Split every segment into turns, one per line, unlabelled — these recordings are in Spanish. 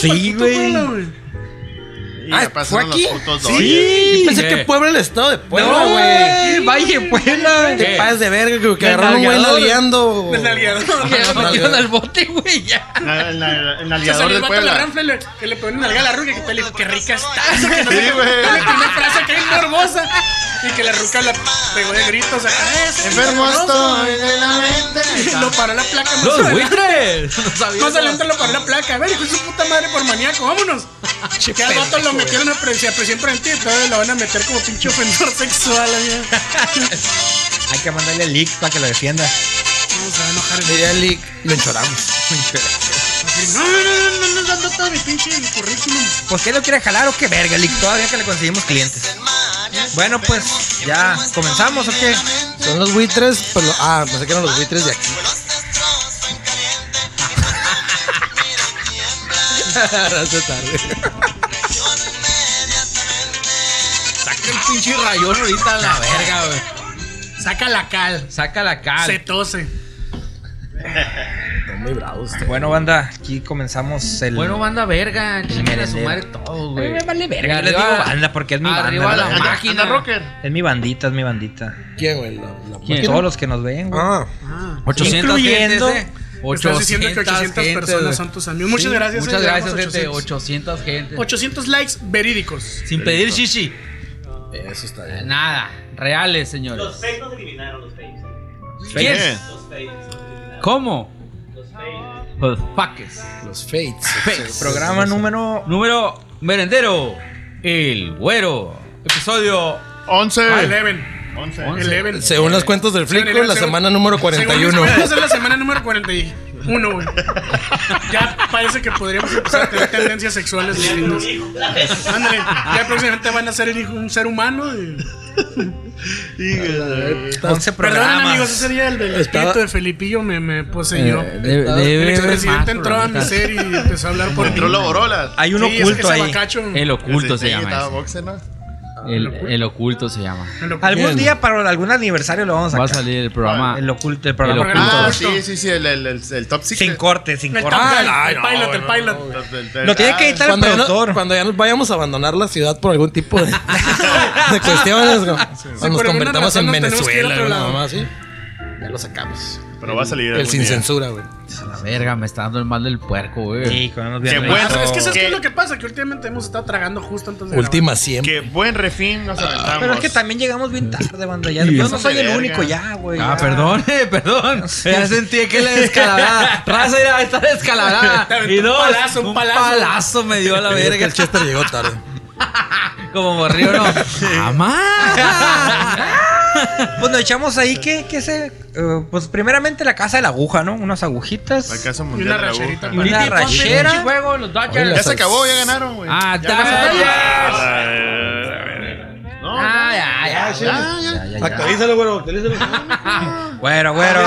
Sí,
Paquito
güey.
Puebla, güey.
Y
Ah,
ya pasaron
¿fue
los
aquí?
putos
Sí.
dos.
Sí, pensé
Sí.
que Puebla era el estado de Puebla,
No,
güey.
güey. Valle Puebla.
Te pases de verga, güey, que agarraron un güey
nalgador.
nalgueando.
El nalgador.
Que lo metieron
Eh,
al bote, güey. Ya.
Na- El, na- el
Se
nalgador
salió
de
el vato de la
Puebla.
ranfla y le- que le pegó una nalga a la ruca que te le dijo, qué rica estás. Que no
Sí,
sé qué".
güey.
Le pegó una frase que es morbosa. Y que la ruca la pegó de gritos. acá, "Es que
Enfermo
morboso".
estoy de la mente.
Lo paró la placa. Más
Los
adelante-
buitres. No sabía.
más adelante lo paró la placa. A ver, hijo de su puta madre por maníaco, vámonos. Que al vato lo metieron a presión, presión preventiva y todavía lo van a meter como pinche ofensor sexual. amigo.
Hay que mandarle el leak para que lo defienda.
No, se va a enojar el
Diría Lick, lo enchoramos.
No, no, no, no, no, nos han dotado mi pinche currículum.
¿Por qué lo quiere jalar o qué verga, Lick? Todavía que le conseguimos clientes. Bueno, pues ya comenzamos o qué?
Son los buitres, pero. Ah, pensé que eran los buitres de aquí. Hace tarde.
Saca el pinche rayón ahorita a la verga, güey.
Saca la cal.
Saca la cara.
Se tose.
Están muy bravos. ustedes.
Bueno, banda, aquí comenzamos el.
Bueno, banda verga. Chinguen a su madre
merendero.
todos,
A mí
güey.
me vale verga. Yo les
Arriba-
digo banda porque es mi
arriba
banda.
la
¿verdad?
máquina.
Anda, rocker.
Es mi bandita, es mi bandita.
¿Quién, güey? La, la
¿Quién?
máquina.
Todos los que nos ven, güey.
Ah,
800
Incluyendo-
gentes, eh.
Estás diciendo que 800
gente,
personas
güey.
son tus amigos. Muchas
Sí,
gracias, eh,
Muchas
llegamos
gracias,
a
gente.
800.
800 gente.
800 likes verídicos.
Sin pedir shishi.
eso está bien.
Nada. Reales, señores.
Los fakes los eliminaron, los fakes.
¿Quién?
Sí.
Los fakes los eliminaron.
¿Cómo?
Los fakes.
Los fuckers.
Los Fates.
Fates.
Programa número.
Número merendero. El güero. Episodio.
Ah,
11.
Eleven.
11.
Once.
Eleven.
Según las cuentas del Flico,
Según-
la
según-
semana número
Según
41.
eso, esa es la semana número 41, güey. Ya parece que podríamos empezar a tener tendencias sexuales distintas. Ándale, ya próximamente van a ser el hijo- un ser humano. y-
11
Perdón,
programas.
amigos, ese día el del espíritu de Felipillo me, me poseyó.
Eh,
el expresidente entró a mi ser y empezó a hablar por mí.
Entró la borola.
Hay un
Sí, ese-
oculto
ese
ahí.
bacacho.
El oculto
Ese
se
sí, estaba
llama.
boxe, ¿no?
ese. El, el oculto se llama.
El oculto.
Algún
Bien.
día para algún aniversario lo vamos a
Va a
sacar.
salir el programa.
Ah, El oculto, el programa
El
oculto.
Ah,
Oculto.
sí, sí, sí. El, el, el, el top secret. Oh,
Sin corte, sin
El
corte.
top
Ah,
guy,
ay,
el
no,
pilot, el
no,
pilot.
Del- del- del-
Lo tiene
ah,
que editar el
Cuando ya, no,
productor.
cuando ya nos vayamos a abandonar la ciudad por algún tipo de, de cuestiones, ¿no? Cuando nos
alguna
convertamos
razón
en
nos tenemos que ir
Venezuela,
a otro
güey,
lado.
nomás, ¿sí? Ya lo sacamos.
Pero va a salir.
El
algún
sin
día.
censura, güey.
La verga, me está dando el mal del puerco, güey.
Sí, cuando nos
Qué
vean.
bueno.
Ah, pero es que eso
¿Qué?
es lo que pasa, que últimamente hemos estado tragando justo antes de grabar.
Última 100.
Qué buen refín nos aventamos.
Pero es que también llegamos bien tarde, banda. Ya, yo no soy el
Verga.
único ya, güey. ya.
Ah, perdón, eh, perdón. Ya sentí que la descalabrada. Raza era esta descalabrada.
Te aventó
Y
un
dos,
palazo, un
un
palazo.
palazo me dio a la
Es que
verga.
el Chester llegó tarde.
Como morrió, ¿no? Ah, ¡Mamá!
Pues nos echamos ahí, ¿qué? ¿Qué se? eh, pues primeramente la casa de la aguja, ¿no? Unas agujitas.
La casa
Y una
mundial de la
racherita.
aguja.
Y una rachera.
juego, los Dodgers.
Ya se acabó, ya ganaron, güey.
Ah,
Ya pasó.
Dodgers.
Ah, a ver. No,
Ah, ya, ya,
ya, ya.
ya, ya, ya.
Actualízalo, güey. Actualízalo.
Güero, güero.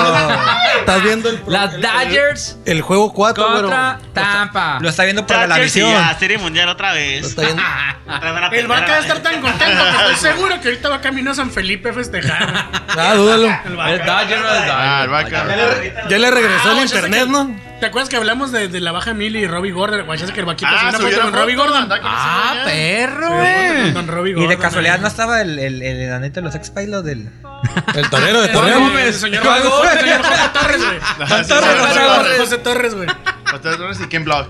Estás viendo el,
Las Dodgers
el juego 4, güey.
contra Tampa.
Lo está viendo para la
Dodgers y
visión.
ya, serie mundial otra
Lo
vez.
está viendo.
Otra vez van a
El
perder
vaca
a
va a
la
estar
verga.
tan contento que estoy seguro que ahorita va camino a San Felipe a festejar.
Ah, dúdalo.
El Dodger o el Dodger.
Ah, el vaca.
Ya le regresó
Ah,
el
ya sé
internet,
que-
¿no?
¿Te acuerdas que hablamos de, de la baja Millie y Robbie Gordon? Guay, ya sé que el vaquito subió
Ah,
una foto
subieron
con Robbie
foto,
Gordon.
anda con ese
Ah,
güey.
perro,
Con
güey.
don Robbie
Y
Gordon.
de casualidad
eh.
no estaba el, el, el enanito de los ex pilots del.
El torero de
Jorge
torero.
Gómez, señor
Jorge
Jorge
Gómez.
señor Jorge Torres, güey.
Ah, sí,
Señor
José
José Torres,
Torres.
José Torres, güey.
José Torres y Ken Block.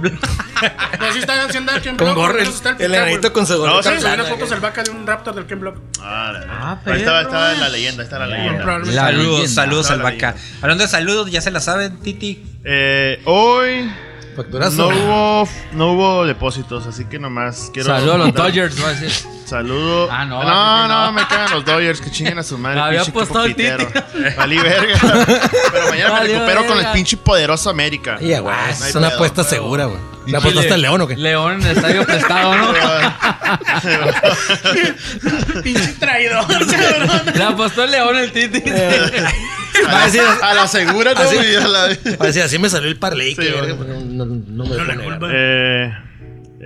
Pues sí está haciendo el Ken
Con
Block,
gorro.
por eso está
El, el
picado,
enanito
güey.
con su gorro.
No, sí,
Subió
la-
unas fotos al vaca de un Raptor del Ken Block.
Ah, la-
Ah,
Ahí estaba,
perro,
estaba
eh.
la leyenda, ahí está la leyenda.
Probablemente.
La
saludos,
leyenda.
saludos al
La
vaca. Hablando de saludos, ya se la saben, Titi.
Eh, hoy no
Facturazo.
hubo, no hubo depósitos, así que nomás quiero.
Saludos a los
mandar-
Dodgers, voy a decir.
Saludo.
Ah, no,
no,
no, no.
no, me cagan los Dodgers, que chinguen a su madre.
Había
pinche equipo
apostado el
pitero.
Titi.
Valí verga. Pero mañana me
Valió
recupero con el
verga.
pinche poderoso América.
Ya, güey.
Ah, no hay
Es una
pedo,
apuesta
pero-
segura, güey. ¿Le apostaste al león o qué?
León en el estadio prestado, ¿no?
Pinche traidor, cabrón.
Le apostó el León el Titi.
A la- A la segura, no,
Así-
güey, a la-
Ah, sí, así me salió el parlay.
Sí,
que
güey.
verga, pero no, no- no me dejó negar.
Eh,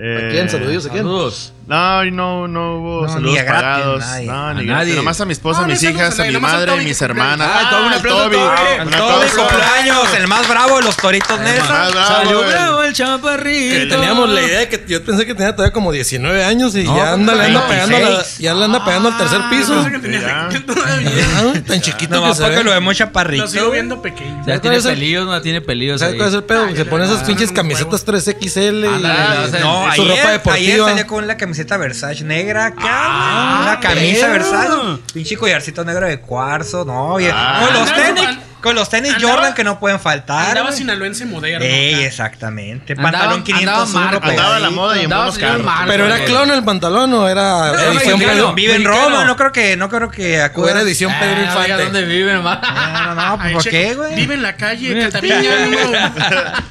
eh,
¿A quién? ¿Saludos? ¿A quién?
Saludos.
No, y no, no hubo
No,
saludos
ni a gratis,
pagados.
nadie.
no, ni
A
gratis.
nadie.
Nomás a mi esposa,
No,
a mis
no,
hijas, a
saludos,
mi
nomás al
madre,
Toby que
mis
cumple.
hermanas.
Ah, todo un
al
aplauso,
Toby.
Toby.
Un
Al Toby,
aplauso.
cumpleaños, el más bravo de los toritos
Más
Nesa.
bravo, güey.
el chaparrito.
Que teníamos la idea de que yo pensé que tenía todavía como 19 años y ya anda, le anda pegando a la-
26.
ya le anda pegando al tercer piso.
Yo pensé que tenía
Ya.
20 todavía.
Ah, güey, tan chiquito que
Nomás
se ve.
porque lo vemos
Lo
chaparrito.
sigo viendo pequeño.
Ya
¿Sabes cuál
tiene
es el-
pelillos, no tiene pelillos.
¿Sabes
ahí.
cuál es el pedo? Se ponen esas
ah,
pinches
no,
camisetas 3XL y
Ándale,
y
no,
No,
su
ayer,
ropa deportiva.
ayer salió con la camiseta Versace negra. ¿Qué hablas? Una camisa
perro.
Versace. Pinche collarcito negro de cuarzo. No, bien.
Ah.
con los
Andaba-
tenis. Con los tenis
andaba-
Jordan que no pueden faltar.
Andaba
güey.
sinaloense moderno.
Ey,
acá.
exactamente.
Andaba-
Pantalón 500
andaba marco.
Andaba la moda y en
Andaba
buenos
señor
carros.
Marco,
Pero era
Ah, güey.
clon el pantalón o era
Ah,
era
edición
mexicano.
Pedro,
Vive en
Americano.
Roma, no creo que, no creo que
o era
acudas.
edición
Ah,
Pedro
no digas
Infante.
¿Dónde vive, hermano?
No, no, no,
Ahí
¿por
checa-
qué, güey?
Vive en la calle Cataviña, número uno.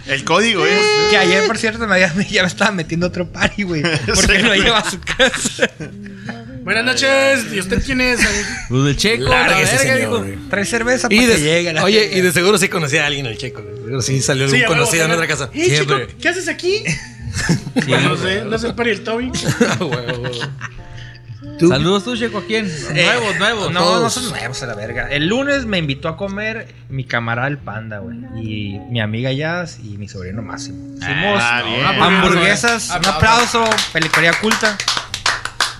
El código es.
Que ayer, por cierto, me había- ya me estaba metiendo otro party, güey. Porque
Sí,
lo
güey.
lleva a su casa.
Buenas noches. ¿Y usted quién es? Ahí.
Pues el checo, la
Lárguese,
verga,
señor,
dijo.
güey.
Trae cerveza para
Y
que
de,
llegue. la
oye,
chingada.
y de seguro sí conocía a alguien el checo. güey. Seguro sí salió algún
Sí, a huevo,
conocido en
señor.
otra casa.
Ey,
Siempre.
chico, ¿qué haces aquí? Bueno, no sé, no sé el pari el Toby.
A huevo.
Saludos tú, checo, ¿a quién?
Eh,
Nuevos, nuevos.
No,
todos.
no son nuevos a la verga. El lunes me invitó a comer mi camarada el panda, güey. Y mi amiga Jazz y mi sobrino Máximo. Hicimos
Ah, bien.
hamburguesas, un aplauso, peliculía culta.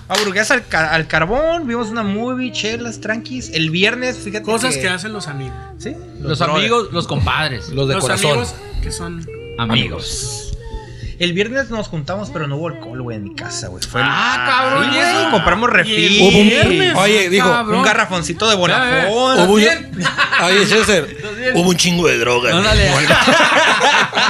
Hamburguesa al, ca- al carbón, vimos una movie, chelas, tranquis. El viernes, fíjate.
Cosas que hacen los amigos.
Sí,
Los
brothers.
amigos, los compadres.
Los de
Los
corazón.
amigos que son.
amigos.
El viernes nos juntamos, pero no hubo alcohol, güey, en mi casa, güey. Fue el-
Ah,
Sí, güey, compramos refil.
Hubo un-
Viernes,
oye, digo,
Un garrafoncito de bonafón.
hubo un- Oye, Chester, hubo un chingo de droga. güey.
Ándale.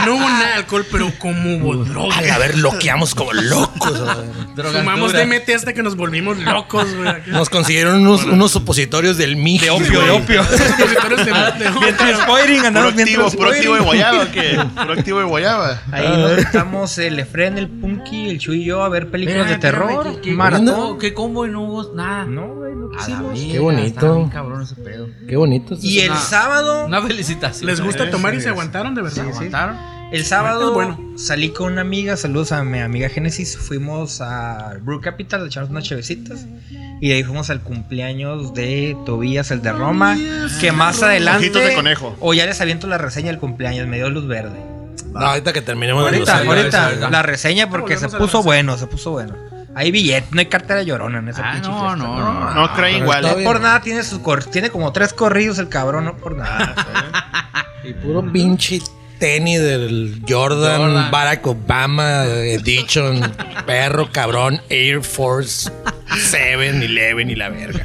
No hubo nada de alcohol, pero como hubo droga.
A la ver, loqueamos como locos. a ver.
Drogas
Fumamos
duras.
DMT hasta que nos volvimos locos, güey. Acá.
Nos consiguieron unos, unos supositorios del Miji.
De opio, de
güey.
opio.
Los monitores de-
Ah,
de-
Bien transpiring,
Puro
andamos bien
activo, puro activo de
transpiring.
guayaba, ¿qué? Puro activo de guayaba.
Ahí nos juntamos el Efren, el Punky, el Chuy y yo a ver películas
Mira,
de terror.
mira, ¿Qué,
un
maratón?
Maratón.
¿Qué combo y no hubo nada?
No, güey, no
A la
quisimos.
verga,
Qué bonito.
está bien cabrón ese pedo.
Qué bonito.
Y el
una-
sábado,
Una felicitación.
Les gusta
Eh,
tomar y se aguantaron, de verdad.
sí.
¿Aguantaron?
el sábado
Es bueno.
salí con una amiga, saludos a mi amiga Génesis, fuimos a Brew Capital a echarnos unas chevecitas y de ahí fuimos al cumpleaños de Tobías, el de Roma, que más adelante...
Ojitos de conejo.
O ya les aviento la reseña del cumpleaños, me dio luz verde.
No, ahorita que terminemos de
Ahorita,
lucir,
ahorita,
a ver,
la reseña porque
Volvemos
se
a la
puso
reseña.
bueno, se puso bueno. Hay billete, no hay cartera llorona en esa
Ah,
pinche
no,
fiesta,
no, no.
No creen
pero
igual.
está
No
¿eh?
por nada tiene sus cor- tiene como tres corridos el cabrón, no por nada.
Y puro pinche tenis del Jordan,
Jordan.
Barack Obama Edition, perro cabrón, Air Force, 7, Eleven y la verga.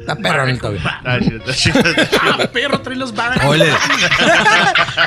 Está perrón el Toby.
Está chido, está chido, está chido.
Ah, perro, trae los bags.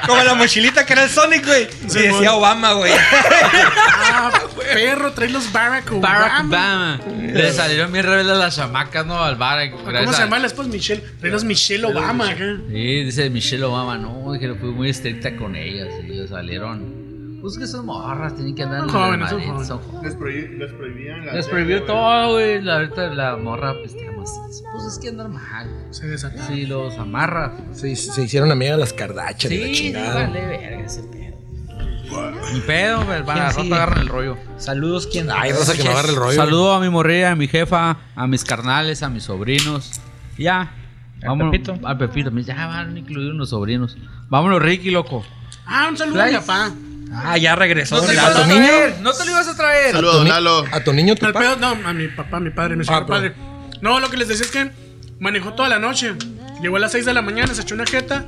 como la mochilita que era el Sonic, güey.
Sí,
y
güey.
decía Obama, güey.
Ah, perro, trae los Barack Obama.
Barack Obama. Le salieron bien rebeldes las chamacas, ¿no? Al Barack.
¿Cómo se llama la esposa? Michelle. Trae los Michelle Obama. acá.
Sí, dice Michelle Obama, no, dije, fui muy estricta con ellas y le salieron. Pues que son morras, tienen que andar en
Son jóvenes,
la
son
madre,
jóvenes.
son jóvenes.
Les prohibí- les prohibían la
Les
tele,
prohibió
güey.
todo, güey. La ahorita la morra pues te amas. Pues es que andar mal.
Se desató.
Sí, los amarra.
Se, se hicieron amigas las Kardashian y la
Sí, no
chingada.
vale verga ese pedo. Mi pedo, güey, van a
¿Quién
rato
sigue?
agarran el rollo.
Saludos, ¿quién?
Ay, rosa que me agarre el rollo.
Saludo a mi morrilla, a mi jefa, a mis carnales, a mis sobrinos. Ya.
Al
Vámonos,
Pepito.
Al Pepito. me dice, Ya van a incluir unos sobrinos. Vámonos, Ricky, loco.
Ah, un saludo a mi papá.
Ah, ya regresó.
te
el
ibas a
auto.
tu niño?
No te lo ibas a traer.
Saludos,
ni-
Lalo.
A tu niño, tu
Al
papá.
pedo, no, a mi papá, a mi padre, a mi
Ah,
señor
pero-
padre. No, lo que les decía es que manejó toda la noche. Llegó a las 6 de la mañana, se echó una jeta.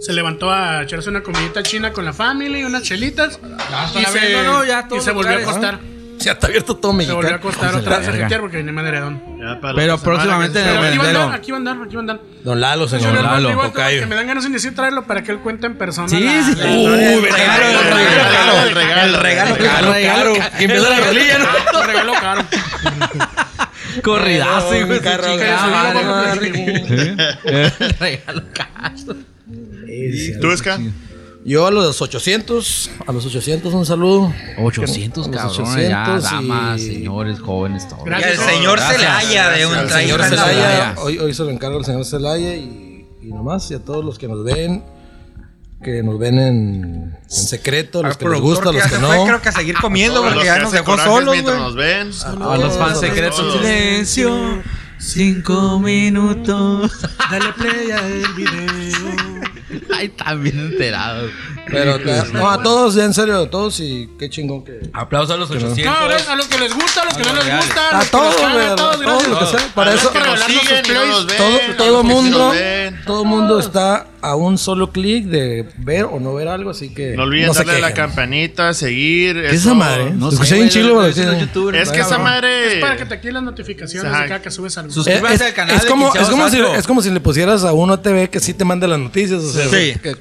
Se levantó a echarse una comidita china con la familia y unas chelitas.
está
y
la
se,
viendo, ¿no? Ya
y
todos
se
los
volvió a
lugares.
acostar.
Ya está abierto todo
Se volvió a
mexicano.
acostar
Hijos de la
otra vez a
verga.
jetear porque venía maderedón.
Ya para la otra
Pero
semana
próximamente
que
en
se-
el
Pero aquí va a andar,
verdadero.
aquí va a andar, aquí va a andar.
Don Lalo,
Yo
señor.
le-
Don Lalo,
le digo a todos
tocayo.
que me dan ganas de decir traerlo para que él cuente en persona.
Sí,
la-
sí.
la-
Uh,
Uy,
regalo,
regalo,
regalo,
regalo,
regalo,
regalo,
regalo,
regalo,
caro. Que empieza la rolilla, ¿no?
Un regalo caro.
Corridazo, hijo de su
Carro,
chingada
carro,
madre,
carro,
madre.
carro.
¿Eh? Regalo caso.
¿Tú, Esca?
Yo a los 800, a los 800 un saludo.
800
Los
cabrones,
800
ya,
y-
damas, señores, jóvenes, todos.
Y
Gracias.
al señor
Gracias.
Celaya de un
Al señor
traidor a la
Celaya.
verga.
Celaya, hoy, hoy se lo encargo al señor Celaya y, y nomás, y a todos los que nos ven. que nos ven en, en secreto, los
Al
que nos
productor
gustan,
que
los
ya
que
se fue,
no.
creo que a seguir comiendo
Los
porque
que
ya
hacen
nos dejó
corajes
solos,
mientras
güey.
nos ven.
A los fans secretos.
Todos.
Silencio, cinco minutos.
Dale play al video.
Ay, también enterado.
Pero eh, no, a todos, ya en serio, a todos y qué chingón que.
Aplausos a los
No, a,
800.
ver, a los que les gusta, a los que no les
reales.
gusta,
A
los que nos
todos,
cagan,
güey,
a
a
todos,
todos
gracias.
lo que sea. Para
A los
eso,
que nos
regalarnos
siguen
sus
y no
plays.
nos ven,
todo,
a los
todo
que sí
mundo,
nos ven.
todo mundo está a un solo clic de ver o no ver algo, así que.
No olviden
se
darle a la
quejen.
campanita, seguir.
¿Qué es esa madre? No
No sé,
sé.
güey,
en chilo,
lo
güey,
dicen
sí.
los youtubers,
Es que esa madre.
Es para que te quiten las notificaciones
Ajá.
de cada que subes algo.
Sus-
Eh,
Suscríbase
es-
al canal
es
de
como,
Quinceavos
es, como si,
Astro.
es como si le pusieras a uno TV que sí te manda las noticias. O sea,
Sí.
que-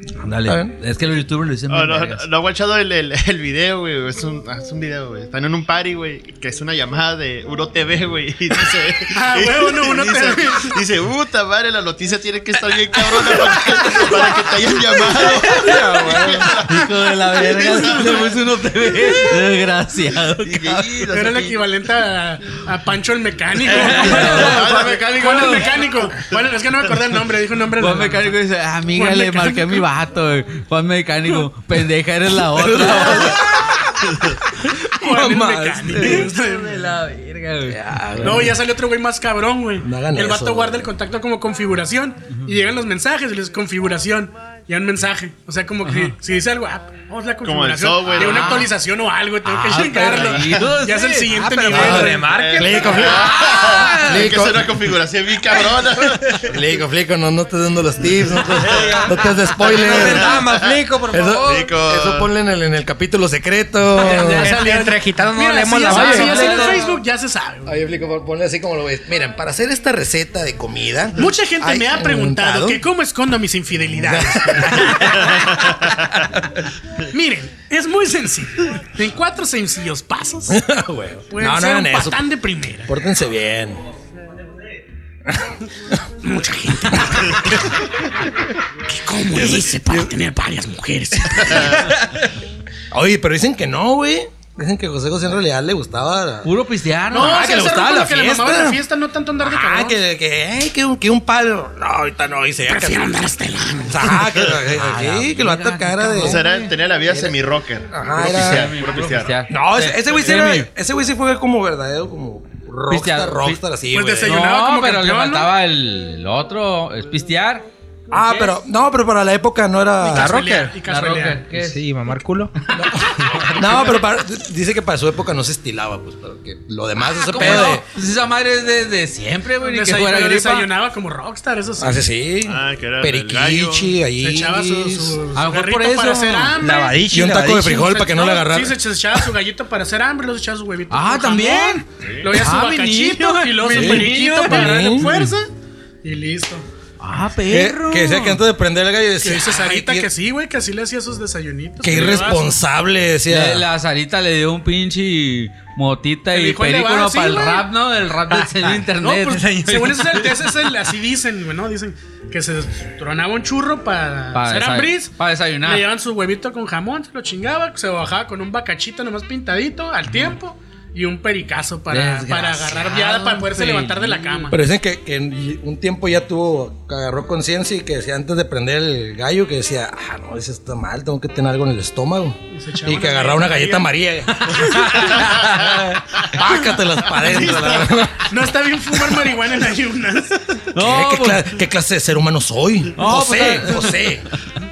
Está
Dale.
bien.
Es que los youtubers lo dicen
Oh,
bien
no,
vergas.
no, no he guachado el, el, el video, güey. Es un, ah, es un video, güey. Están en un party, güey. Que es una llamada de Uro TV, güey. Y dice.
Ah, huevo, no, Uro
dice,
TV.
Dice, puta madre, la noticia tiene que estar bien cabrona para que, para que te hayan llamado.
Hijo de la verga. Le puse uno TV. Desgraciado.
Y- y los-
Era el equivalente a, a Pancho el mecánico.
Ah, el mecánico.
¿Cuál es el mecánico? Bueno, es que no me acordé el nombre, dijo un nombre.
Juan
de-
Mecánico dice, "Ah, amiga,
Juan
le
Mecánico.
marqué a mi vato. güey. Juan Mecánico, pendeja, eres la otra. güey.
Juan el
Mamás.
mecánico.
de la verga, güey.
No, ya sale otro güey más cabrón, güey.
No hagan
el vato
eso,
guarda
güey.
el contacto como configuración. Y llegan los mensajes y les configuración. Y un mensaje. O sea, como que si dice algo, ah, vamos la
el
configuración.
software,
de una
ah.
actualización o algo, tengo
Ah,
que chingarlo.
pues,
perdidos,
Ya es el
sí.
siguiente
Ah, pero
nivel.
bueno,
güey.
de marketing. Ah.
Tiene que hacer una configuración bien cabrona.
Flico, flico, no, no estés dando los tips, no te, no te des
No haces
spoiler.
nada más, flico, por
Eso,
favor.
Flico.
eso ponle en el, en el capítulo secreto.
ya
Entre-
salió.
Entre gitanos no
Mira,
leemos
si
la
ya sale-
valle,
si ya sale en
completa.
Facebook, ya se sabe. güey.
Oye, flico, ponle así como lo ves. Miren, para hacer esta receta de comida.
Mucha gente
hay
me ha
un
preguntado
untado.
que cómo escondo mis infidelidades. Miren, es muy sencillo. En cuatro sencillos pasos
Ah, güey.
pueden
No, no
Pues, ser
hagan
un
eso.
patán de primera.
Pórtense bien.
Mucha gente. ¿Qué cómo le hice para tener varias mujeres?
Oye, pero dicen que no, güey. Dicen que José José en realidad le gustaba. la-
Puro pistear,
No,
¿no?
Ah,
si
que le
hace
gustaba
rato
la
que le mamaba
fiesta.
la fiesta, no tanto andar de
Ah,
cabrón.
que, que, ay, que, un- que un palo. No, ahorita no dice. ya
Prefiero
Que,
andar hasta el ano.
ah, que, sí, que lo va a
mira,
tocar de.
O sea, era- tenía la vida semi-rocker.
Ajá,
Puro
era-
pistear, puro
Puro
pistear.
pistear.
no, ese ese güey sí era-
Jeremy.
ese güey sí fue como verdadero, como rockstar,
Pisteado,
rockstar así,
Pues
güey.
desayuno. Desayunaba
No,
como
pero le
campeón, ¿no?
faltaba el, el otro, es pistear.
Ah, pero no, pero para la época no
La
era.
rocker. Y
La roca.
casualidad.
¿Qué es?
Sí, mamar culo.
No, pero para- dice que para su época no se estilaba, pues, pero que lo demás ese
Ah, ¿Cómo
pedo
no?
de.
Pues esa madre es desde siempre, güey. Ni que
Desayunaba,
fuera gripa.
desayunaba como rockstar, eso sí.
Ah, sí, sí.
Ah, que era del gallo.
Periquichi, ahí.
Se echaba su, su,
A
su
lo mejor
garrito
por eso.
para hacer hambre.
Lavadichi.
Y un taco de
lavadichi.
frijol para que no le agarrara.
Sí, se echa- se echaba su galleta para hacer hambre, luego se echaba sus huevitos.
Ah,
con
¿también?
jamón, Luego ya su
Ah, mi niño,
bacachito y luego su
mi
periquito
niño.
para darle
Sí.
fuerza. Y listo.
Ah,
Que,
perro.
que decía que antes de prender el gallo
Que
decía.
dice
"Ay,
Sarita
qué-
que sí, güey, que así le hacía sus desayunitos.
Qué
Que llevaba su-
irresponsable, decía.
Le- la Sarita le dio un pinche motita
El
y
hijo le va,
película
sí,
para el
güey.
rap, ¿no? El rap del cel-
No,
internet.
pues según eso es el, ese es el- así dicen, güey, ¿no? Dicen que se tronaba un churro para,
Para
hacer
desay-
hambriz.
para desayunar.
Le llevaban su huevito con jamón, se lo chingaba, se bajaba con un bacachito nomás pintadito al tiempo y un pericazo para, para
Desgraciado,
agarrar viada para poderse
güey.
levantar de la cama.
Pero dicen que, que en- un tiempo ya tuvo, que agarró conciencia y que decía antes de prender el gallo, que decía, ah, no, eso está mal, tengo que tener algo en el estómago.
Y se echaba
Y, que
una
agarraba una galleta
galleta
María. Pácatelas para adentro. la verdad.
No está bien fumar marihuana en ayunas.
No,
¿Qué, qué
pues,
cla- qué clase de ser humano soy?
No,
José,
pues,
José,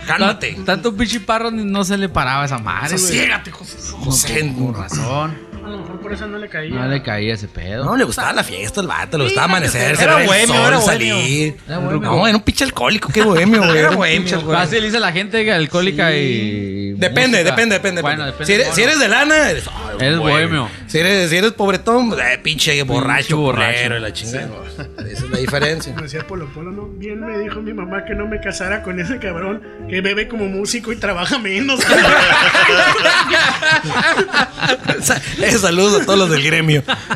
cálmate.
tanto pinche parro no se le paraba a esa madre, güey.
Ciégate, José.
José,
Con razón.
A lo mejor por eso no le caía.
No le caía ese pedo.
No, le gustaba la fiesta, el vato, le gustaba
Sí,
amanecer,
era
se veía el
bohemio,
sol,
era bohemio.
salir.
Era bohemio.
No, era un pinche alcohólico, qué bohemio, güey.
Era
un
bohemio,
pinche-
güey.
Así le dice la gente alcohólica y.
Depende,
música.
depende, depende.
Bueno,
depende.
depende.
Si, eres, si eres de lana, eres, ay,
Eres bohemio.
Si eres, si eres pobretón, pues, eh, pinche borracho,
borracho.
borracho. la chingada. Esa es la diferencia.
Como decía Polo Polo, ¿no? Bien me dijo mi mamá que no me casara con ese cabrón que bebe como músico y trabaja menos.
Sa- eh, saludos a todos los del gremio.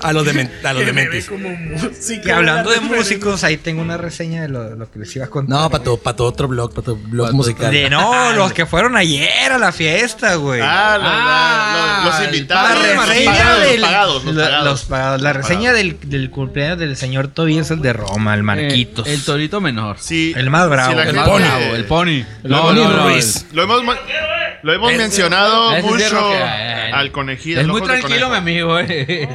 a los, demen- a los
que bebe
dementes.
como músico.
Y hablando de músicos, ahí tengo una reseña de lo, lo que les iba a contar.
No, para tu, pa' tu otro blog, para tu blog
Pa' tu
musical.
De no, los que fueron ayer a la fiesta, güey.
Ah, la,
Ah,
Ah,
los- los invitados,
la
los
reseña
pagados,
los
del-
pagados, los
la-
pagados.
los pagados, La
Los
reseña
pagados.
del, del cumpleaños del señor Tobías, el de Roma, el Marquitos.
Eh, el torito menor.
Sí,
El más bravo.
sí, la
El
El
gente-
más bravo, el pony.
Pony
el-
Ruiz.
Lo hemos, mo- lo hemos mencionado
Ese sí es
mucho
rockera, él.
al conejito.
Es
al
muy
ojo de
tranquilo, mi
conejo.
amigo. eh.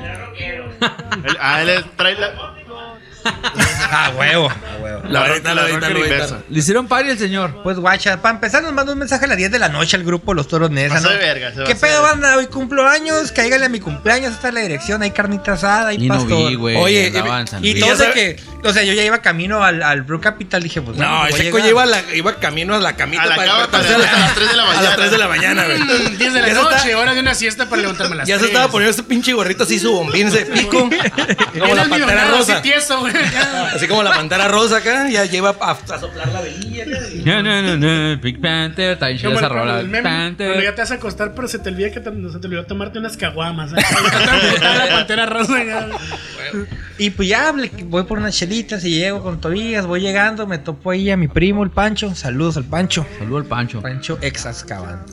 Él- A él le trae la,
Ah, huevo. a huevo.
La ahorita, la ahorita, la ahorita.
inversa.
Le hicieron party al señor.
Pues guacha, para empezar nos manda un mensaje a las 10 de la noche al grupo Los Toros Nesa,
Pasó
¿no?
de verga, se
¿Qué
pasó de
pedo,
verga.
banda? Hoy cumplo años, cáigale a mi cumpleaños, esta es la dirección, hay carnita asada, hay
Ni no
pastor.
vi, güey.
Oye,
andaba en San
Y
Luis.
todo de
sabe-
que, o sea, yo ya iba camino al, al Brew Capital, dije, pues
No,
voy a
ese coño
llegar.
iba, a la- iba camino a la camita
A la cama para
despertarse
levantarse a las tres de la
A las
mañana.
3 de la mañana, güey.
Mm, 10 de la
Ya se
noche,
está-
hora de una siesta para levantarme a las
Ya se
tres.
estaba poniendo ese pinche gorrito así, su bombín, ese pico.
Bien
Como la pantera
almidonado,
rosa.
así tieso, güey.
Así como la pantera rosa acá, ya lleva a, a soplar la velilla. acá, y-
No, no, no, no. Big Panther. Está bien chida
Como
esa
el-
rola.
el meme, Cuando ya
Panther.
te vas a acostar, pero se te olvida que te, se te olvidó tomarte unas caguamas. ¿eh? Está la pantera rosa. ya.
Y pues ya le- voy por unas chelitas y llego con Tobías, voy llegando, me topo ahí a mi primo, el Pancho. Saludos al Pancho.
Saludo al Pancho.
Pancho ex Azkaban.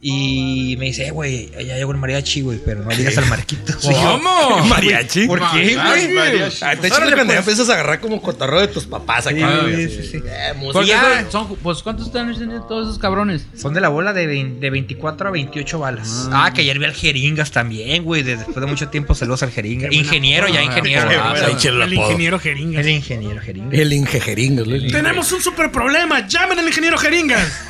Y me dice, "Eh, güey, ya llegó el mariachi, güey, pero no digas al marquito.
¿Cómo? Mariachi.
¿Por qué, güey?
Mariachi.
Ah, te echan
Órale,
cuando ya
pues.
empiezas a agarrar como cotarro de tus papás acá, güey.
Sí,
así.
sí, sí.
Eh, música.
Porque
ya.
son- son- pues, ¿cuántos años tienen todos esos cabrones?
Son de la bola de, vein- de 24 a 28 balas. Ah, que ayer vi al Jeringas también, güey. de- Después de mucho tiempo saludos al Jeringas. Ingeniero, ya ingeniero.
Qué
Ah,
buena.
sí.
Pinche el
El
apodo.
ingeniero jeringas.
El ingeniero Jeringas.
El ingejeringo, güey.
Tenemos un super problema. Llamen al ingeniero jeringas.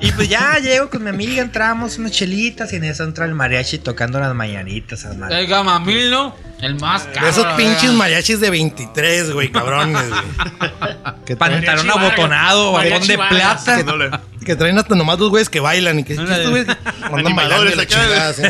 Y pues ya llego con mi amiga, entramos unas chelitas y en eso entra el mariachi tocando las mañanitas. al mar-
El gamamino. El más caro.
De esos
la
pinches
verdad.
mariachis de 23, güey, cabrones, güey. Que traen,
Pantalón
Mariachi
abotonado,
Vargas.
balón de
Mariachi Vargas.
plata.
Dándole.
que traen hasta nomás dos güeyes que bailan y que estos güeyes mandan bailando y la
acá, güey.
chingada, sí.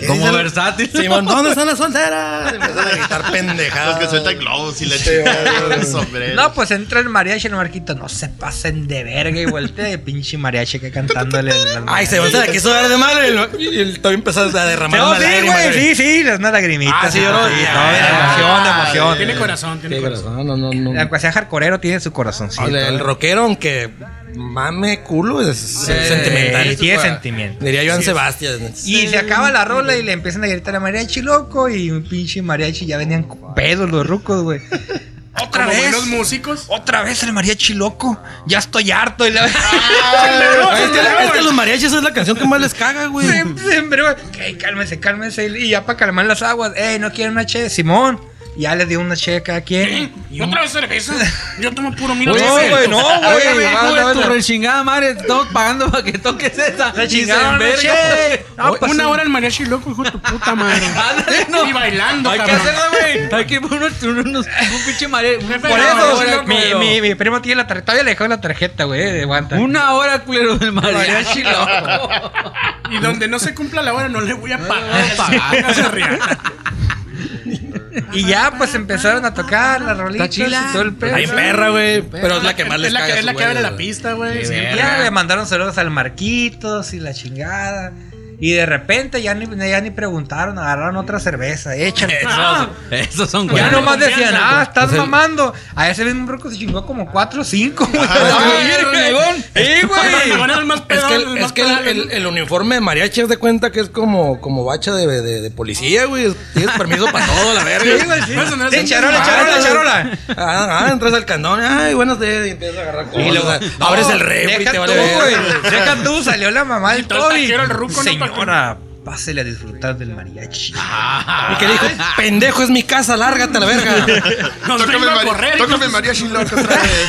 ¿Qué
Como
dicen?
versátil.
Simón, ¿dónde están las solteras? Empiezan a gritar pendejadas.
Los que sueltan globos y la chica. sombrero.
No, pues entra el mariachi en el marquito. No se pasen de verga y voltea de pinche mariachi que cantándole. las
Ay, se va, se la quiso dar de mal y el- y el Toby empezó a derramar
No,
una
sí,
lágrima,
güey, sí, sí, las unas lagrimitas.
Ah, sí, yo no-
todo, de emoción, de emoción.
Tiene corazón, tiene
Pues,
corazón.
no, no, no.
Aunque sea hardcoreero, tiene su corazoncito.
O sea, el rockero, aunque mame culo, es
Sí,
sentimental.
sí, es sentimiento.
Diría Joan Sebastián.
Y se acaba la rola y le empiezan a gritar a mariachi loco y un pinche mariachi ya venían con pedos los rucos, güey. Otra
Como
vez.
buenos músicos.
Otra vez el mariachi loco. Ya estoy harto. Y la...
Ay, es que- es que los mariachis es la canción que más les caga, güey.
Siempre, siempre, güey. em-, Ey, cálmese, cálmese. Y ya para calmar las aguas. Ey, no quieren una che, Simón. Ya les dio una che a cada quien.
¿Otra vez cerveza? Yo tomo puro mil.
Oye,
No, güey, no,
Oye,
güey.
güey,
Anda,
hijo de tu
anda.
rechingada madre, te estamos pagando para que toques esa.
La
Y se
chingada,
enverga.
che.
Ah,
No, pues,
una hora el mariachi loco, hijo de tu puta madre.
Ándale, no.
Y bailando,
Hay que
cabrón.
hacerlo, güey. Hay que poner unos, unos- un pinche mare. un-
Jefe,
Por
No,
eso,
güey,
sí,
no,
mi,
culero.
mi, mi primo tiene la tarjeta. Todavía le dejó la tarjeta, güey, de guanta.
Una hora, culero, del
Mariachi,
mariachi, loco.
Y donde no se cumpla la hora, no le voy
Ah,
a pagar.
pagar.
No se ría.
Y ya, pues empezaron a tocar las rolitas
chila.
y todo el pedo.
Ay, perra, güey. Pero es la que más les
Es la
caga.
que-
a
es la
esos
que abre
güeyes,
la
güey.
pista, güey.
Qué
sí.
verga.
Ya le mandaron saludos al Marquitos y la chingada. Y de repente ya ni, ya ni preguntaron, agarraron otra cerveza, échale. Ah,
Esos, esos son
pues,
Ya
güeyes.
nomás decían, ah, estás
Pues el-
mamando. A ese mismo bruco se chingó como 4 o 5, güey.
Ay, hormigón.
Sí,
Ay, me
güey.
van a dar más
Es
pedón,
que, el,
más
es que el,
pedal.
el- el uniforme de mariachi es de cuenta que es como, como bacha de, de, de policía, güey. Es- Tienes permiso para todo, la verga.
Sí, güey, sí. Sí, charola, charola, charola.
Ah, ah, entras al candón. Ay, buenos días. Y empiezas a agarrar cosas.
Y luego, no,
abres el refri y
Deja
te
tú,
vale verga.
güey. Deja tú, salió la mamá del
todo el
Toby.
taquero, el ruco, no, Ah,
Señora, pásele a disfrutar del mariachi.
Y que le dijo, pendejo, es mi casa, lárgate a la verga.
Nos
Tócame
vengo a
Mari-
correr,
tócame
hijo de-
mariachi loco otra vez.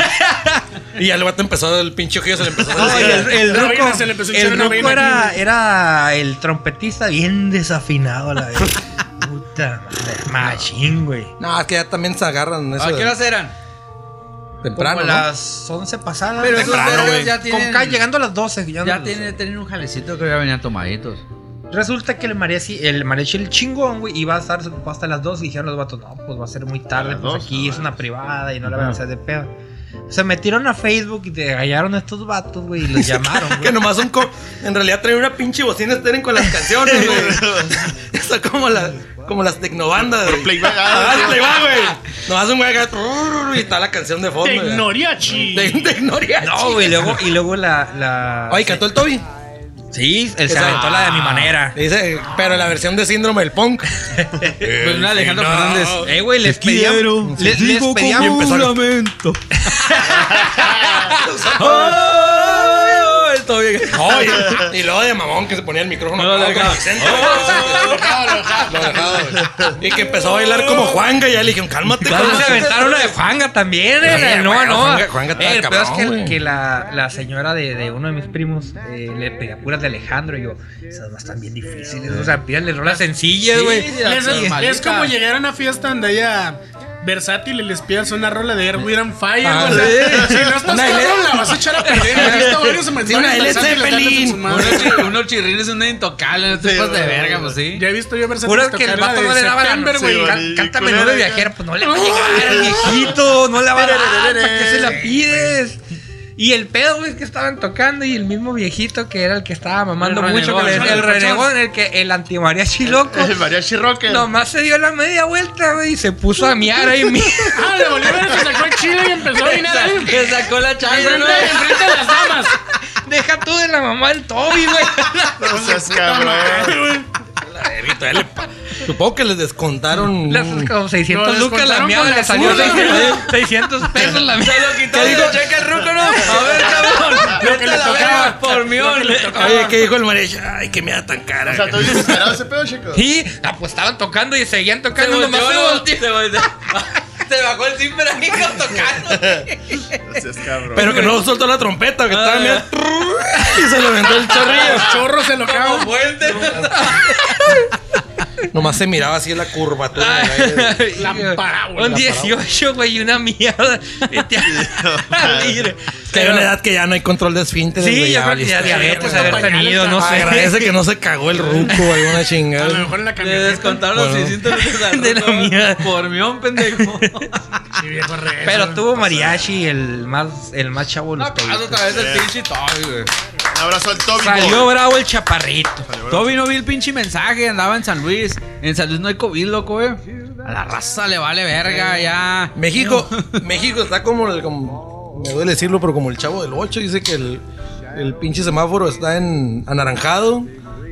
y al vato empezó el pinche ojillo, se le empezó a
No, y
salir.
el, el
La
ruco,
vaina se le empezó a hinchar
el
una
ruco
vena
era,
aquí,
era el trompetista bien desafinado a la vez. Puta madre, machín, güey.
No, es que ya también se agarran eso
¿A qué
de-
horas eran?
temprano,
Como
¿no?
las 11 pasadas.
Pero esos
Temprano,
vergas
güey.
ya
con
tienen.
ca- llegando a las 12. Ya,
Ya tienen, tienen un jalecito que ya venían tomaditos.
Resulta que el mariachi, el mariachi, el chingón, güey, iba a estar ocupado hasta las 2 y dijeron los vatos, no, pues va a ser muy tarde,
las
pues
2,
aquí
ah,
es una privada y no la van a hacer de pedo. Se metieron a Facebook y te hallaron a estos vatos, güey, y los llamaron,
Que
güey.
nomás un co- En realidad trae una pinche bocina estéril con las canciones, güey. Está como, las como las tecnobandas, güey.
Playback, ah,
Ah,
sí.
playback, güey. Nomás un güey acá. turururu, Y está la canción de fondo. güey.
Tecnoriachi.
Ah,
Tec- Tecnoriachi.
No, güey, y luego, y luego la, la...
Ay, cantó el Toby.
Sí, Sí, él se
Esa- Ah,
aventó la de mi manera.
Dice, pero la versión de síndrome del punk.
Pero Pues, no Alejandro Fernández.
Eh, güey, les pedíamos. Les, les
Y
pedíamos.
empezó-
¡Ay, todo bien!
No, y- y luego de mamón que se ponía el micrófono.
No,
acá,
de acá.
con Vicente, güey. Lo dejaba, lo dejaba, lo dejaba, güey. Y que empezó a bailar como Juanga. Y ya le dije, cálmate,
Vamos
cálmate.
a aventar una de Juanga también,
Sí,
eh, no,
bueno,
no.
Juanga- Juanga estaba
Eh, el peor es
cabrón,
que-
güey.
que, la, la señora de, de uno de mis primos eh, le pedía puras de Alejandro y yo, esas más están bien difíciles. O sea, pídanle rolas sencillas,
Sí,
güey.
sí,
Es,
las normalitas.
es como llegar a una fiesta donde haya versátil y les pidas una rola de Air, Wind and Fire. o sea,
sí.
si no estás
Una de
cabrón,
Led-
la vas a echar a perder. He visto varios
una de
mensajes
Led
versátiles dándole
Zeppelin.
su madre.
Unos chi- Unos chirrines, una intocable, no te
Sí,
pasas de
güey.
verga, pues sí.
Ya he visto yo versátiles
Puras que el
tocar la
vato
de
no le daba la
September, güey.
sí,
güey.
can- Canta
Y
menú de
culera,
viajero, pues no le va a llegar al viejito, no la va a dar, ¿para qué se la pides? Y el pedo, güey, es que estaban tocando y el mismo viejito que era el que estaba mamando
El
mucho,
renegón,
que le-
el
el
pachón.
renegón, el que el antimariachi loco.
El mariachi rocker.
Nomás se dio la media vuelta, güey, y se puso a miar ahí mismo.
Ah, le volvió a ver, se sacó el chile y empezó a orinar. ahí.
Que sacó la changa,
Enfrente
¿no?
enfrente de las damas.
Deja tú de la mamá del Toby, güey.
Uh.
No seas cabrón.
Supongo que les descontaron.
Las como 600
Nos
lucas la
descontaron
miada
con
le
la
salió
zurda.
600, 600 pesos la miada.
¿Qué dijo? Checa el ruco, ¿no? A ver, cabrón.
Lo que le tocaba.
Por mí,
Oye, ¿qué dijo el mariachi? Ay, qué mierda tan cara.
O sea, ¿tú desesperado ese pedo, chico?
Sí, ah, pues estaban tocando y seguían
Se
tocando. nomás se
volteó,
volteó.
se volteó. Se bajó el zipper ahí con tocando.
No seas cabrón.
Pero que no soltó la trompeta, que estaba bien.
Ah.
Y se le aventó el chorrillo.
Los chorros se lo
Como
cago.
fuente.
Nomás se miraba así en la curvatura. del aire.
La parábola.
Ah, Un 18, güey, y una mierda. Este, Vete a- Mira,
Que hay una edad que ya no hay control de esfínteres.
Sí,
güey,
yo creo que
valiste.
ya diabetes haber
pañales,
tenido, no
chaval.
sé.
Agradece que no se cagó el ruco o alguna
A lo
chingada.
mejor en la
Le
camioneta.
descontaron los
Bueno.
600 pesos al
De la
ruco, ¿no?
mierda.
Por mí, un pendejo.
Sí, viejo rezo.
Pero tuvo mariachi, el más, el más chavo de los
No, pasa
Toby.
Ah, otra vez el pinche Toby, güey.
Un abrazo al Toby.
Salió bravo el chaparrito.
Toby no vi el pinche mensaje, andaba en San Luis. En San Luis no hay COVID, loco, güey. A la raza le vale verga, ya.
México, México está como el. como- me duele decirlo, pero como el chavo del 8 dice que el, el pinche semáforo está en anaranjado.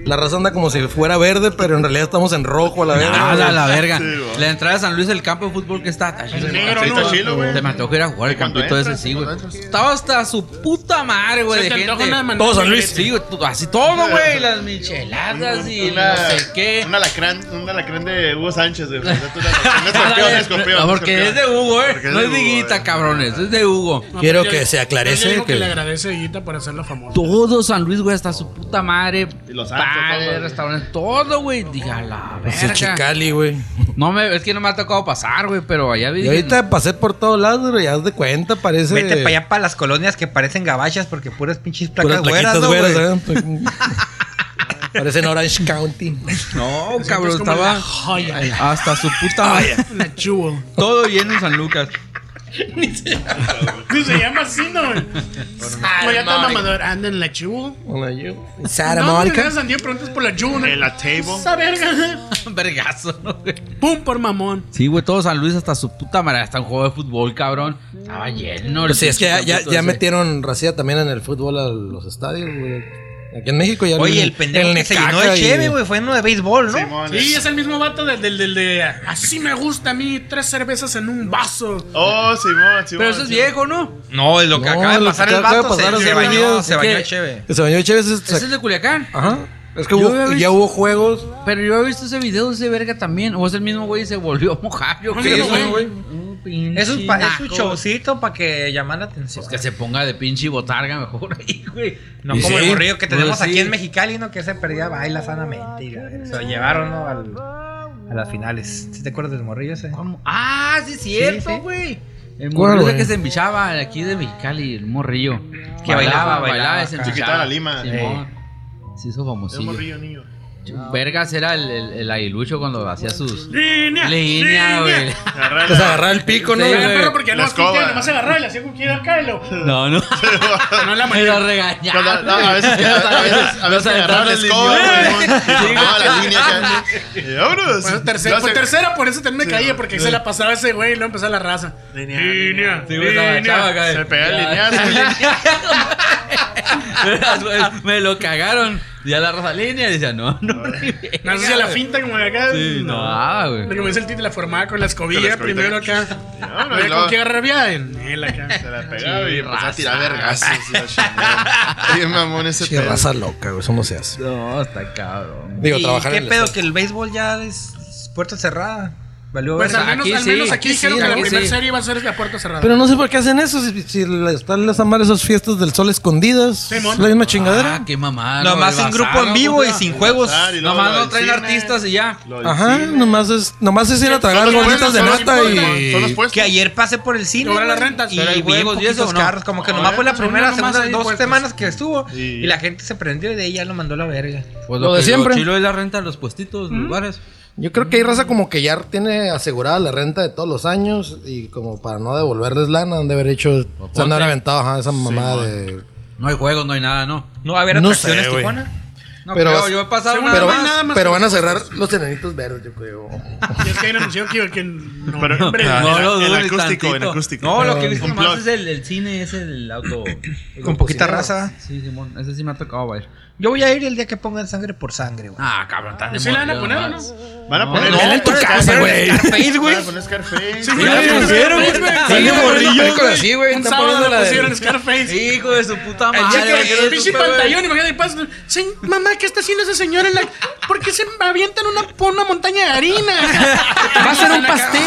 La raza anda como si fuera verde, pero en realidad estamos en rojo a la verga.
Nada, la verga.
Sí, güey.
la entrada de San Luis, el campo de fútbol que está. está chido,
Es negro,
güey.
¿no? Está chido, güey.
Te me antojó ir a jugar el
¿Y cuando
campito ese,
entras?
sí, güey.
¿Cuando entras?
Estaba hasta su puta madre, güey,
Se
de
te antoja una
gente.
manera
Todo San
de
Luis.
Sí, güey, tú- así todo, güey. Las micheladas y no sé qué.
Un alacrán, un alacrán de Hugo Sánchez, güey. Un escorpión, un escorpión.
No,
un
porque
escorpión.
es de Hugo, eh.
Porque es
No
de
es
Hugo,
Diguita,
güey.
cabrones. Es de Hugo.
No,
Quiero
pero ya-
que se aclarece
pero ya dijo que,
que-
le agradece a Guita por hacerlo famoso.
Todo San Luis, güey, hasta su puta madre.
Y los antros, todo,
Bares,
güey. Pues
restaurantes, todo, güey. Dije, a la
Dice
verga.
pues, Chicali, güey.
No me, es que no me ha tocado pasar, güey, pero allá vi.
Y ahorita pasé por todos lados, güey. Haz de cuenta, parece.
Vete para allá para las colonias que parecen gabachas porque puras pinches
Puras
placas güeras,
plaquitas
¿no, güey?
güeras, ¿eh? Parecen Orange County.
No, cabrón,
Es como
estaba
La joya.
hasta su puta madre.
La jewel.
Todo lleno en San Lucas.
Sí, se llama así, ¿no? güey? Güey, ya está mamador. Anda en la jewel.
Hola, yo. Sara
no,
Mónica.
No, San Diego preguntas por la jewel. ¿no?
En la table.
Esa verga.
Vergazo, ¿no, güey?
Pum por mamón.
Sí, güey, todo San Luis hasta su puta madre. Hasta un juego de fútbol, cabrón. Estaba lleno. el
Pues sí, es que ya,
pinche
ya,
campito
ya
ese.
metieron racía también en el fútbol a los estadios, güey. Aquí en México ya
Oye, el pendejo que se llenó de cheve, güey, fue uno de béisbol, ¿no?
Simón. eh.
Sí, es el mismo vato del, del, del de. Así me gusta a mí, tres cervezas en un vaso.
Oh, Simón, Simón.
Pero eso es
Simón.
viejo, ¿no?
No, lo que
No,
acaba de
lo
pasar
que
el
acaba de
vato
pasar
se,
hace
se
unos
bañó,
días,
se
¿qué?
bañó chévere.
Que se bañó de cheve. se-
Ese es de Culiacán.
Ajá. Es que
Yo
hubo-
había visto-
ya hubo juegos.
Pero yo he visto ese video de ese verga también. O es el mismo güey y se volvió a mojar. Yo
Sí,
creo,
es un
güey.
Es un, pa- es un
Naco.
showcito para que llamar la atención.
Pues que se ponga de pinche botarga mejor ahí, güey.
No
Y
como
sí,
el morrillo que
pues
tenemos aquí
sí.
en Mexicali, ¿no? Que se perdía baila sanamente. Y la verga. se lo llevaron, ¿no? Al- a las finales. ¿Sí te acuerdas del morrillo ese?
¿Cómo? Ah, sí, es cierto,
sí.
güey. El
¿Cuál,
morrillo
güey?
que se embichaba de aquí de Mexicali, el morrillo.
Que bailaba, bailaba
se
acá.
embichaba.
Chiquitaba la lima.
Simón. Se hizo
Es un
famosillo.
morrillo, niño.
Vergas era el, el, el aguilucho cuando hacía sus
Línea.
línea, güey.
Agarra
Pues
la-
agarrar el pico, ¿no?
Sí,
Era
güey.
perro porque
La
no
escoba.
nomás agarraba y le hacía con quien acá y lo.
No, no.
No la
Me
manera.
lo
Cuando-
regañaba.
no, a veces, a veces, a veces, a veces agarraba la escoba, güey. Y tomaba la línea ya. Y vámonos.
Bueno, tercera,
Lo hace-
por tercera, por eso también me
Sí,
caía, porque se la pasaba ese güey y luego empezó la raza.
Línea,
Sí, güey, estaba chava acá.
Se pega el
Ya.
lineazo.
Me lo cagaron. Ya la raza línea decía, no, no. ni ver.
No sé si a la finta como de acá.
Sí, no,
Lo
güey.
que me dice el Titi la formaba con la
Con la
escobilla
escobita.
primero acá.
No, no,
Había
y luego-
con qué agarrar viada en él
Se
acá.
la pegaba
Sí,
y empezaba a
raza.
tirar vergazos. y la chingada. Bien mamón ese
Che,
pedo.
raza loca, güey. Eso no se hace.
No, está cabrón.
Digo,
¿Y
trabajar
¿Qué
en el
pedo?
Estado.
Que el béisbol ya es puerta cerrada. Valió
Pues
verga.
al menos
aquí
aquí, al
sí,
menos aquí
aquí
dijeron
sí,
que la
aquí
primera
sí.
serie iba a ser la puerta cerrada.
Pero no sé por qué hacen eso. Si, si le- están las amar esas fiestas del sol escondidas.
Simón.
la misma chingadera.
Ah, qué mamada. güey,
Nomás sin
bazar,
grupo en
¿no?
vivo y sin juegos.
bazar y luego
Nomás
lo
no
del
traen
cine.
artistas y ya.
Lo del
Ajá,
cine.
nomás es, nomás es ir a tragar
Son los
gorditas de
puestos,
nata
son los puestos, Son los
y.
puestos.
Que ayer pasé por el cine.
Cobran las
güey,
rentas,
Y
pero hay
vi
huevos y eso,
poquitos
¿no?
carros. Como que
No,
nomás fue la
no,
primera,
nomás
segunda,
ahí
dos
puestos.
semanas que estuvo.
Y-
Y la gente se prendió y de ahí ya lo mandó a la verga.
Pues
Lo de
que-
siempre.
Lo chilo es la renta de los puestitos, los bares.
Yo creo que hay raza como que ya tiene asegurada la renta de todos los años y como para no devolverles lana, han de haber hecho. Se han de haber aventado ajá, esa mamada de.
No hay juegos, no hay nada, ¿no?
No va a haber
No
atracciones
sé, güey.
Tijuana.
No
Pero-
creo, yo he pasado una
Pero,
vez.
pero van a cerrar los enanitos verdes, yo creo.
Y es que habían anunciado que, que en
Pero-
noviembre.
Ah,
No
en-
lo
en
dudo ni
acústico, en
tantito.
acústico.
No, lo que he visto
Un
nomás
plug.
es el, el cine, es el auto.
Con poquita raza.
Sí, Simón, ese sí me ha tocado, güey.
Yo voy a ir el día que pongan sangre por sangre, güey.
Ah, cabrón, tan
¿Sí la van a poner o no?
Sí,
Van a
No,
poner.
no,
Van a
en tu
poner
casa,
Scarface,
güey.
Scarface, güey.
Van a poner Scarface.
Sí,
Ya
güey,
la pusieron,
güey,
güey.
güey.
Sí,
Sí,
morrillo,
güey.
película así, güey,
Un
están
sábado
poniendo la
la
de-
pusieron Scarface.
Hijo de su puta
El día
madre.
que el pinche
güey.
pantallón, imagínate, y pasa, "Sí, mamá, ¿qué está haciendo esa señora? en la- ¿Por qué se avientan una, por una montaña de harina?
Va a ser un pastel.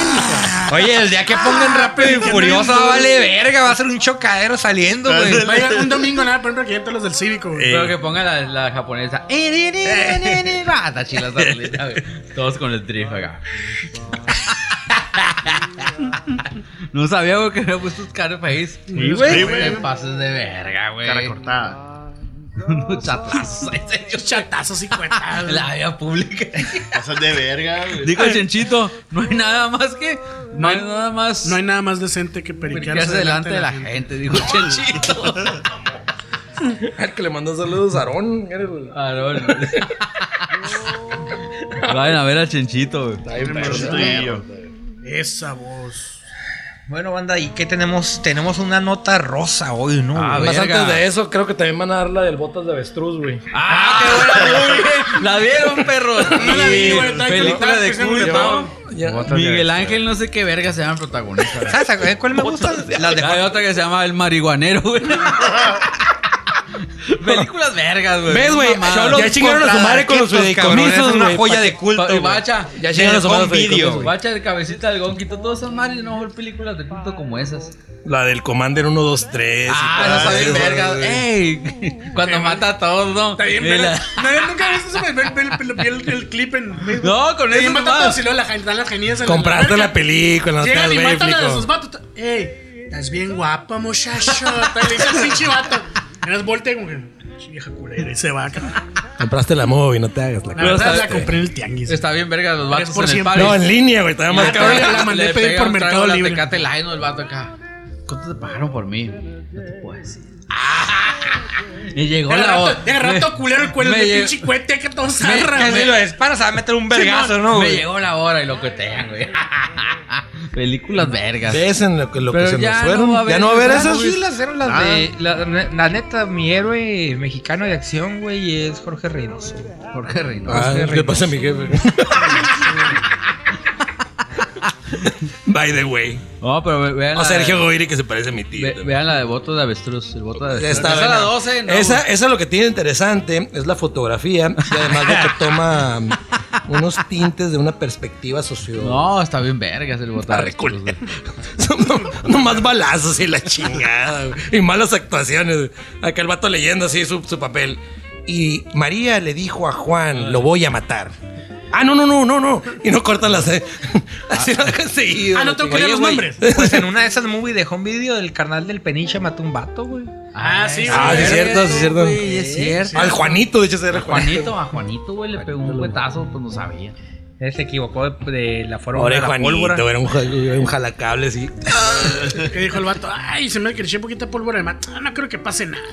Oye, el día que pongan rápido y furiosa, vale verga. Va a ser un chocadero saliendo, güey.
Va a llegar un domingo, nada, por ejemplo, que ya están los del cívico, güey.
Eh,
Pero que ponga la, la japonesa. Eh, Ah, está chila esa rolita, güey. Todos con el trif acá. No sabía, güey, que había puesto Scarface.
Sí, güey.
No te pases de verga, güey.
Cara cortada.
Unos chatazos. ahí se dio
Chatazos y cuetadas.
En La vía pública.
Pasas de verga, güey.
Dijo el Chenchito, no hay nada más que. No hay nada más.
No hay nada más decente que periquearse
Periquearse delante de la gente, dijo el Chenchito.
El que le mandó saludos a Aarón. era el-
Ah, no, no. Vayan a ver al Chenchito, güey.
Yo estoy yo.
Esa voz.
Bueno, banda, ¿y qué tenemos? Tenemos una nota rosa hoy, ¿no?
Ah,
güey?
Más
verga.
antes de eso, creo que también van a dar la del botas de avestruz, güey.
¡Ah, qué buena movie! ¿La vieron, perros?
No la vi, güey, estaba
Película
conectada,
de
pues, en un
culto.
reparto.
Ya-
Miguel Ángel, no sé qué verga se llama el protagonista. güey.
¿Sabes a cuál me gusta? Las de
Hay otra que se llama El Marihuanero, güey. Películas vergas, güey.
¿Ves, güey?
Mamadas.
Solo- Ya chingaron a su madre con los
Paquetos, cabrón,
fideicomisos,
es una
güey,
joya de
paquetos.
culto.
Y
güey.
Bacha.
Ya llegan
Del
los humanos
home video,
fideicomisos, güey.
Bacha de cabecita del quitó todas esas madres y no ver películas de culto como esas.
La del Commander 1, 2, 3.
Ah, no está bien vergas. Ey, cuando mata a todos, ¿no?
Está bien,
Y
pero.
la-
No, nunca ves eso, ve- ve- ve- ve el- el clip en.
No, con
Está bien,
eso
mata a todos
nomás.
y luego la- dan las genias en la-
Compraste
en
la película, no te
Llegan
das
y
güey,
matan a
flico.
sus vatos. Ey, estás bien guapa, muchacho. Te le dice el pinche vato. Eras voltea como que. "Pinche Vieja culera, y se va. cabrón".
Compraste la movie, no te hagas la
La
cara.
verdad
sabes
la
que-
compré en el tianguis.
este,
Está bien vergas los vatos
por
en el
siempre.
party.
No, en línea, güey. Todavía más
Ah,
cabrón.
la mandé
Le
pedir
pega
por
un
Mercado
trago a la
Libre.
Tecate Light, no, el vato acá. ¿Cuánto te pagaron por mí? No te puedo decir. Y llegó
Era
la
rato,
hora.
era rato culero el cuello
me
de
lle-
pinche cuete que todos
Me-
zarra.
que si lo disparas, se va a meter un vergazo, ¿no,
Me
güey?
llegó la hora y lo cuetean, güey. Películas vergas.
¿Ves en lo que, lo que
Pero
se
ya
nos
no
fueron?
va a haber
¿Ya no va a haber
esas,
esas?
güey.
Sí, las eran las
Ah.
de. La, la neta, mi héroe mexicano de acción, güey, es Jorge Reynoso.
Jorge Reynoso.
Ah, ¿Qué pasa, mi jefe? By the way.
No, pero ve- vean.
O
la
Sergio
de,
Goyri, que se parece a mi tío.
Ah. ve-
también.
vean la de voto de avestruz. El voto de avestruz.
Está
Esa es la
buena.
12, ¿no?
Esa, esa lo que tiene interesante es la fotografía y además de que toma mm, unos tintes de una perspectiva socio.
No, está bien vergas el voto de
Está
avestruz.
reculero. Son no- nomás balazos y la chingada, güey. Y malas actuaciones. güey. Acá el vato leyendo así su, su papel. Y María le dijo a Juan, lo voy a matar. Ah, no, no, no, no, no. Y no cortan las... eh, Así lo dejan seguido.
Ah, no tengo que leer los
Oye, güey.
nombres.
Pues en una de esas movies de home video del carnal del Peniche mató un vato, güey.
Ah, sí,
Ah, sí,
güey.
es cierto, sí, es cierto.
Sí, es cierto.
Al Juanito, de hecho, ese era
A Juanito, a Juanito, güey, le pegó un cuetazo, pues no sabía.
Él se equivocó de, de la forma
Pobre
de la pólvora.
Juanito, era un, ja- era un jalacable, sí.
Que dijo el vato, ay, se me creció poquita pólvora de mata. Ah, No creo que pase nada.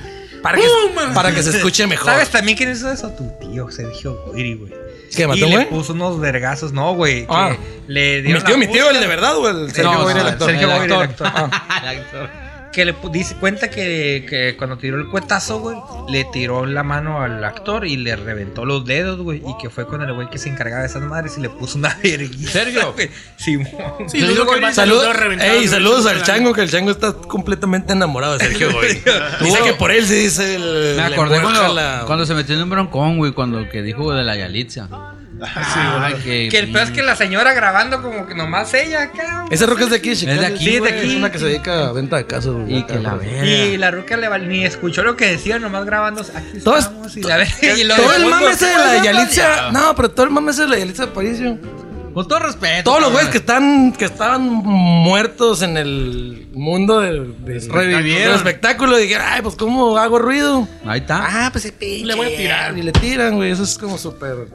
Para que,
¡Pum!
para que se escuche mejor.
¿Sabes también quién hizo eso? Tu tío, Sergio Goyri, güey.
¿Qué,
Y
mató,
le
güey?
puso unos vergazos, no, güey. que
Ah.
le
Mi
dieron
tío,
la
mi tío,
puta-
el de verdad, o el
Sergio
No,
Goyri,
Goyri,
no,
el actor. Sergio
el
Goyri, el
actor.
actor.
El actor.
Que le pu- dice, cuenta que, que cuando tiró el cuetazo, güey, le tiró la mano al actor y le reventó los dedos, güey. Y que fue con el güey que se encargaba de esas madres y le puso una verguita.
¿Sergio?
güey. Simón.
Sí, dudo que más
Salud-
saludos reventados.
Ey, saludos al chango, que el chango está completamente enamorado de Sergio, güey. Dice que por él se dice el.
Me
le
acordé
empuja
cuando,
la-
cuando se metió en un broncón, güey, cuando que dijo de la Yalitza. Ah, que,
Que el peor es que la señora grabando como que nomás ella acá. güey.
Ese rock es de aquí, Chicago.
Es de aquí,
Sí, es de
güey.
aquí. Es una que se dedica a venta de casas, güey.
Y que la
ve.
Y la ruca le val- ni escuchó lo que decía, nomás grabando. Aquí
Todo es-
estamos, y la ve- y lo
Todo
dejó
el
por-
mame ese de la
Pues,
Yalitza. No, pero todo el mame ese de la Yalitza de Aparicio.
Con todo respeto.
Todos los
cabrón.
güeyes que están que estaban muertos en el mundo del, del
Revivieron.
del espectáculo y dijeron, ay, pues cómo hago ruido.
Ahí está.
Ah, pues se pinche. Le voy a tirar. Y le tiran, güey. Eso es como súper.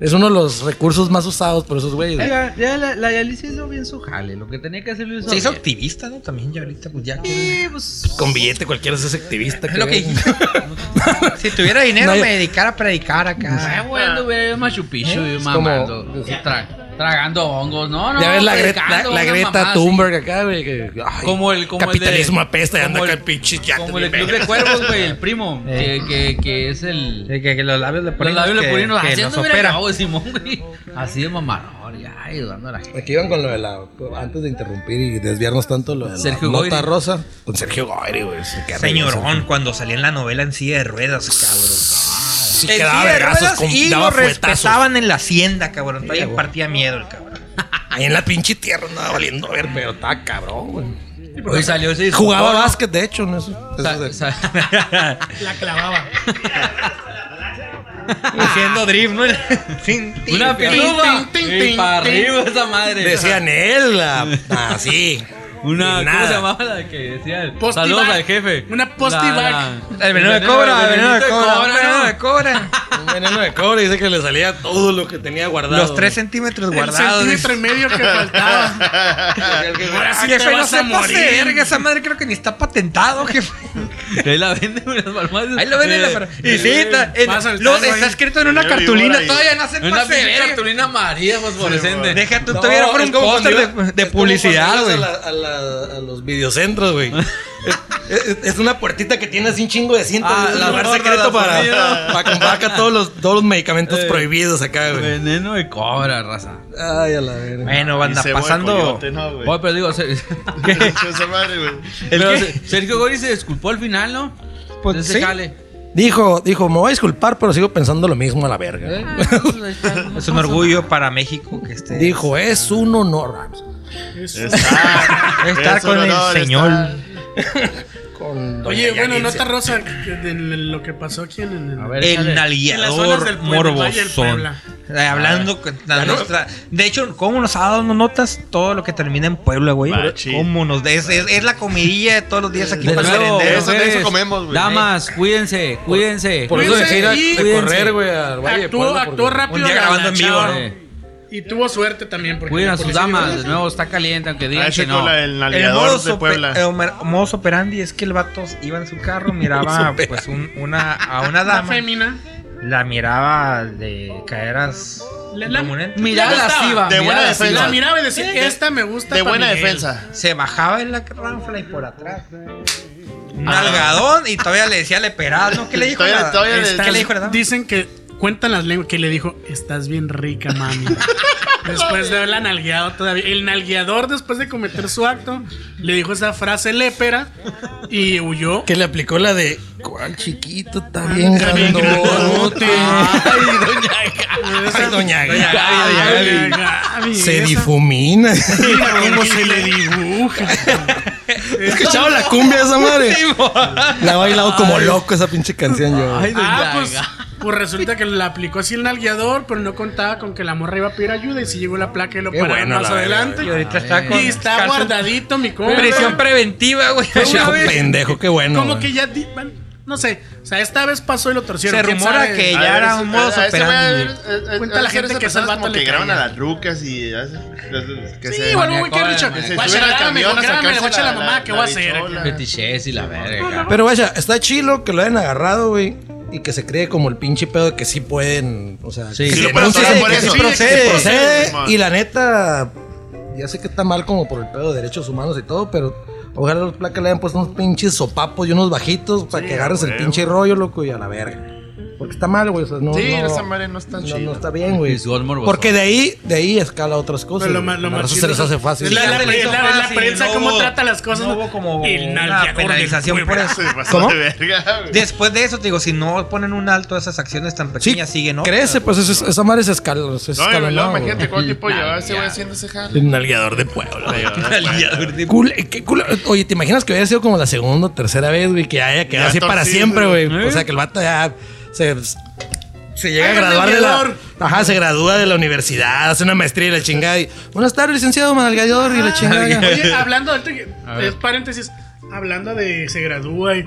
Es uno de los recursos más usados por esos güeyes. güey.
Ya, ya la, la Yalitza hizo bien su jale. Lo que tenía que hacer lo hizo.
Se hizo
bien.
activista, ¿no? También ya ahorita, pues ya. que-
Sí, pues,
Con billete cualquiera es ese activista.
Es lo que
ven.
Si tuviera dinero,
No, yo-
me dedicara a predicar acá.
Ah, güey, anduve en Machu Picchu y mamando. tra- tragando hongos, no, no.
ya ves la, Gre-
predicando,
la, la
una
Greta
mamá así.
Thunberg acá, güey. que, ay,
Como el- como el de-
capitalismo apesta y anda
como
acá
el-
el pinche yate
Como
bien
el club
verga.
de cuervos, güey, el primo.
Eh.
Que, que, que es el.
Sí, que, que los labios le
Los
ponen.
labios
que-
leporinos
que
así
nos
anduviera
opera.
yo, güey, Simón, güey. Así de mamarón, y ay, dudando a la gente.
Aquí iban con lo de la. Antes de interrumpir y desviarnos tanto, lo de la
Sergio
nota
Goyri.
rosa. Con Sergio Goyri, güey. se queda riendo,
Señorón, cuando salía en la novela en silla de ruedas, cabrón.
Sergio. Sí,
En
quedaba
silla de
vergazos,
ruedas
con-
y
daba
lo
fuetazos.
respetaban en la hacienda, cabrón. Todavía partía miedo el cabrón.
Ahí en la pinche tierra andaba valiendo ver, pero estaba cabrón, güey.
Hoy salió ese disco.
Jugaba básquet, de hecho, ¿no? Eso, eso
Sa-
de-
sa-
La clavaba.
Haciendo drift, ¿no? Sin ti,
Una
pero-
peluda.
tin, tin,
Y para
tin.
arriba esa madre.
Decían él, así.
Una,
Y
¿cómo
nada.
se llamaba la que decía?
Posti
Saludos
bag.
al jefe.
Una posti
La-
bag.
la-
El veneno de cobra, el veneno de cobra, el veneno de
¿no?
cobra.
Un veneno de cobre, dice que le salía todo lo que tenía guardado.
Los tres centímetros
El
guardados.
centímetro y medio que faltaba. Ahora sí te
Ah, Jefe, no
vas a
se pase de
morir.
verga, esa madre creo que ni está patentado, jefe.
Ahí la venden en las farmacias.
Ahí lo ven en la
Eh,
par-
eh,
Y sí, está, en-
pasa el
lo-
tango ahí.
está escrito en una
Yo vivo
cartulina,
ahí.
todavía no se
en Una
pase de
pinche
verga.
cartulina amarilla fosforescente.
Deja tú,
No,
todavía fuera
es
un
como
póster
cuando
de,
ibas-
de
es como
publicidad,
cuando
güey.
ibas A, la- a la- a los videocentros, güey. Es, es- es una puertita que tiene así un chingo de cintas.
Ah,
es un
la
lugar
gorda,
secreto
la
para,
comida.
para comprar acá todos los, todos los medicamentos prohibidos acá, güey.
Veneno de cobra, raza.
Ay, a la verga.
Bueno, banda,
Cebo de
pasando.
coyote, no, güey.
Oye, pero digo, se-
Esa madre, güey.
pero
qué?
se- Sergio Gori se disculpó al final, ¿no?
Pues
De ese
sí.
jale.
Dijo, dijo, me voy a disculpar, pero sigo pensando lo mismo a la verga.
Eh, pues, ahí está, no
Es un
pasa
orgullo para México que esté.
Dijo, es un honor.
Está,
Estar
es un
con el
honor,
señor.
está.
Con doña
Oye, bueno,
Yalitza.
nota rosa que- de lo que pasó aquí en el.
nada. A ver,
El
échale.
En las zonas del
nalgueador
Pue- del Valle del
morbosón.
Puebla. Ah,
Eh, Hablando con la nuestra. De hecho, ¿cómo nos ha dado notas todo lo que termina en Puebla, güey?
Machín.
¿Cómo nos.? Es, es- es la comidilla de todos los días aquí
De
para el
nuevo,
merendero.
eso- de
mujeres,
eso comemos, güey.
Damas, cuídense, cuídense.
Por eso
Cuídense
dejé ir a,
y-
de correr, güey, al Valle de
Actuó,
Puebla,
actuó
porque-
rápido.
Un día
la-
grabando
la
en vivo,
chava.
¿no?
Eh,
Y tuvo suerte también. Porque
Cuiden
la
a sus
policía
damas,
dijo,
de nuevo está caliente, aunque
Ah,
digan
ese
que no.
con la- el
El
nalgador
modus,
de
ope-
Puebla.
el mer- modus eh, operandi es que el vato iba en su carro, miraba pues un- una, a una
Una
dama,
fémina.
la miraba de caderas
La- la-
prominentes.
Ya
Mirada
estaba.
lasciva,
De
mirada
buena
lasciva.
La
defensa.
miraba y decía, esta me gusta.
De
pa'
buena
Miguel".
defensa.
se bajaba en la ranfla y por atrás.
Ah.
Un algadón y todavía le decía le perás, ¿no? ¿Qué le dijo?
Todavía-
la-
todavía le-
¿Qué le dijo la dama?
Dicen que cuentan las lenguas que le dijo, estás bien rica, mami. después de haberla nalgueado todavía. El nalgueador, después de cometer su acto, le dijo esa frase lépera y huyó.
Que le aplicó la de, ¿cuál chiquito está
Ah,
bien
Está bien
grandote?
Esa-
Ay, doña Gaby.
Ay, Gaby,
Se
esa-
difumina.
Mira cómo se le dibuja.
¿Has escuchado la cumbia de esa madre? La he bailado como loco esa pinche canción yo.
Ay, doña
Ah, pues,
Gaga.
pues resulta que la aplicó así el nalgueador, pero no contaba con que la morra iba a pedir ayuda y si llegó la placa y lo
Qué
pararon
bueno,
más
la verga,
adelante.
Y ahorita está con
Y está
cárcel-
guardadito mi compa.
prisión preventiva, güey.
Ese
Una
hijo
vez-
pendejo, qué bueno.
Como
güey.
que ya, di- bueno, no sé, o sea, esta vez pasó y lo torcieron.
Se
¿Quién
rumora
sabe?
que-
A
ya
ver,
era
ese-
un modus
a ese güey, a ver,
operandi.
a- a- a-
Cuenta la
a-
gente
esas
que es el
personas
vato
como
le
que graban a
caía.
las rucas y hacen- que
Sí,
se-
igual un güey que ha dicho,
Que
se
guacha,
suben al
dame,
camión a
dame,
sacarse
guacha la
la-
mamá,
la-
¿qué voy a
la
hacer?
bichola.
acá?
Fetiches y la verga.
Pero vaya, está chilo que lo hayan agarrado, güey. Y que se cree como el pinche pedo de que sí pueden. O sea,
Sí,
que
sí,
sí
lo
pueden,
proceden
sí,
por
que
eso.
sí
Sí,
procede,
que sí
procede.
procede.
Y la neta, ya sé que está mal como por el pedo de derechos humanos y todo, pero Ojalá los placas le hayan puesto unos pinches sopapos y unos bajitos para que agarres el
huevo.
pinche rollo, loco, y a la verga. Porque está mal, güey. o sea, no,
sí,
no,
esa madre no está
no,
chida.
no está bien, güey.
Visual morboso.
Porque de ahí, de ahí escala otras cosas.
Pero lo
güey.
más- lo
A
más
raza
chido
se les
es-
hace fácil.
es la- la-
Se le hizo
la- la
fácil,
prensa cómo trata las cosas,
No
¿no?
hubo como
El
una
nalgador del
penalización por
cuervo.
eso.
Sí, pasó
¿Cómo?
de verga, güey.
Después de eso, te digo, si no ponen un alto a esas acciones tan
Sí,
pequeñas, siguen ¿no?
crece, pues eso es- esa madre se escala. Se
No, y
escala
luego imagínate cuánto tiempo
Nah,
llevaba ese güey
ya.
haciendo ese jale.
Un nalgador de pueblo.
Ay, güey, güey.
Cul- eh, qué culo- Oye, ¿te imaginas que hubiera sido como la segunda o tercera vez, güey? Que haya quedado
Ya
así para
torcido,
siempre, güey.
¿Eh?
O sea, que el vato ya se, se llega a
Háganle
graduar de la...
mirador.
Ajá, se gradúa de la universidad, hace una maestría y la chingada. Y, Buenas tardes, licenciado Malgallador. Y la chingada.
Oye, hablando, ahorita que- es paréntesis, hablando de se gradúa y.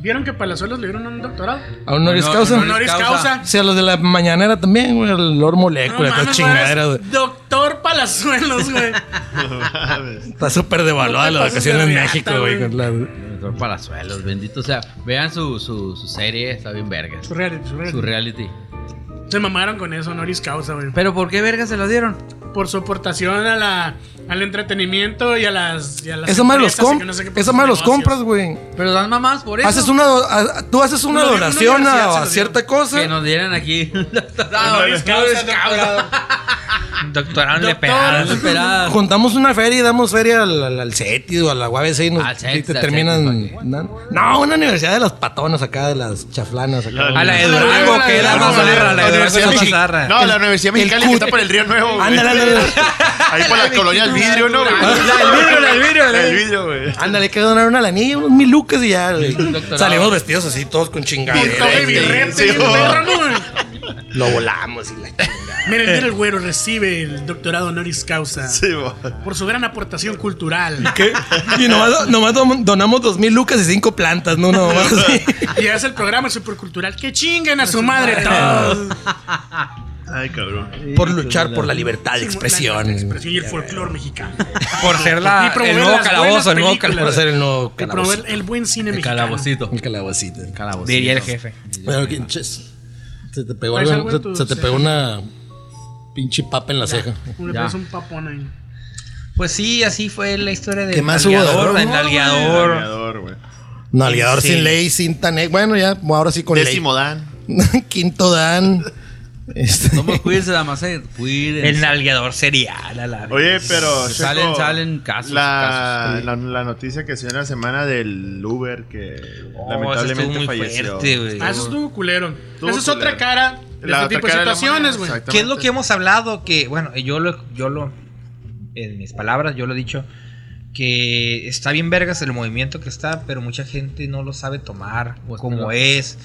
¿Vieron que Palazuelos le dieron un doctorado?
A honoris
No,
causa.
no, no,
Honoris causa.
Sí, a los de la mañanera también, güey. El Lord Molecula,
No
toda
mames,
chingadera,
ahora
güey.
es Doctor Palazuelos, güey.
No mames.
Está súper devaluada
No te
la
pases de
educación en
reata,
México, güey.
güey.
con la-
Doctor Palazuelos, bendito sea. Vean su, su, su serie, está bien vergas.
Su reality, su reality.
Su reality.
Se mamaron con eso, honoris causa, güey.
¿Pero por qué vergas se lo dieron?
Por su aportación a la, al entretenimiento y a las. y a las
Esa madre los,
empresas y
comp
que no sé qué,
esa madre los
negocios.
compras, güey.
Pero dan mamás por eso.
Haces una, do- a- tú haces una
Uno de- una
donación
universidad se
a,
lo
a
dio.
cierta
Que
cosa.
nos dieran aquí. Doctorado,
Honoris
honoris causa.
Doctorado en
Doctor,
leperal.
esperada.
Juntamos una feria y damos feria al, al, al CETI o a la UABC y, nos,
Al CETI,
y te
al
terminan.
CETI, ¿para
dando- no, una universidad de las patonas acá, de las chaflanas acá.
La-
A la de
Hola,
Durango,
hola,
que era
hola,
más
hola,
zarra, la de Durango era
Universidad
más
Mexi-
zarra.
No, la Universidad Mexicana que
cut-
está por el Río Nuevo, güey.
Ándale, ándale, ándale.
Ahí por la colonia del vidrio, ¿no? güey?
la del vidrio, la del
El vidrio, güey.
Ándale, hay que donar una lanilla, unos mil lucas y ya. güey.
Doctorado.
Salimos vestidos así, todos con chingaderas.
Doctor de
güey.
birrete
Sí,
y un
güey.
perro, ¿no, güey?
Lo volamos y la chingada.
Mira, el del güero recibe el doctorado honoris causa
Sí, güey.
por su gran aportación cultural.
¿Qué? Y nomás, nomás dom- donamos dos mil lucas y cinco plantas, ¿no? Nomás así.
Y hace el programa supercultural. ¡Que chinguen a su madre todos!
Ay, cabrón.
Por luchar por la libertad de expresión.
Expresión y el folclore mexicano.
Por ser la,
Y promover
el nuevo
las
calabozo, el
buenas
nuevo
películas.
Para
calabozo.
hacer el nuevo
Y
calabocito.
promover el buen cine
El
mexicano.
calabocito.
Un calabocito.
Calabocito.
Diría el jefe.
Pero, pinches, Se te pegó,
¿Traes
algo,
algo en
se,
tu
se te
ceja?
pegó una pinche papa en la ceja.
Uno
Ya.
le pones un papón ahí.
Pues sí, así fue la historia del
¿Qué más hubo de
nalgueador,
robo?
del nalgueador.
Aviador, güey.
Nalgador
Sí.
sin ley, sin tan. e-, Bueno, ya, ahora sí con
Décimo Dan.
ley. Quinto Dan. Este,
No me cuídense, Damacet. Cuídense.
El nalgueador serial, a la
Oye, pero.
Se salen-
Checo,
salen casos,
La,
casos.
la, la noticia que se dio en la semana del Uber que
Oh,
lamentablemente falleció.
Ah, eso estuvo culero.
Estuvo
Esa es
culero.
otra cara de
La
ese
otra
tipo de
cara de la
situaciones,
moneda,
güey.
exactamente.
¿Qué es lo que hemos hablado? Que, bueno, yo lo, yo lo, en mis palabras, yo lo he dicho, que está bien vergas el movimiento que está, pero mucha gente no lo sabe tomar
Pues,
como
claro.
es,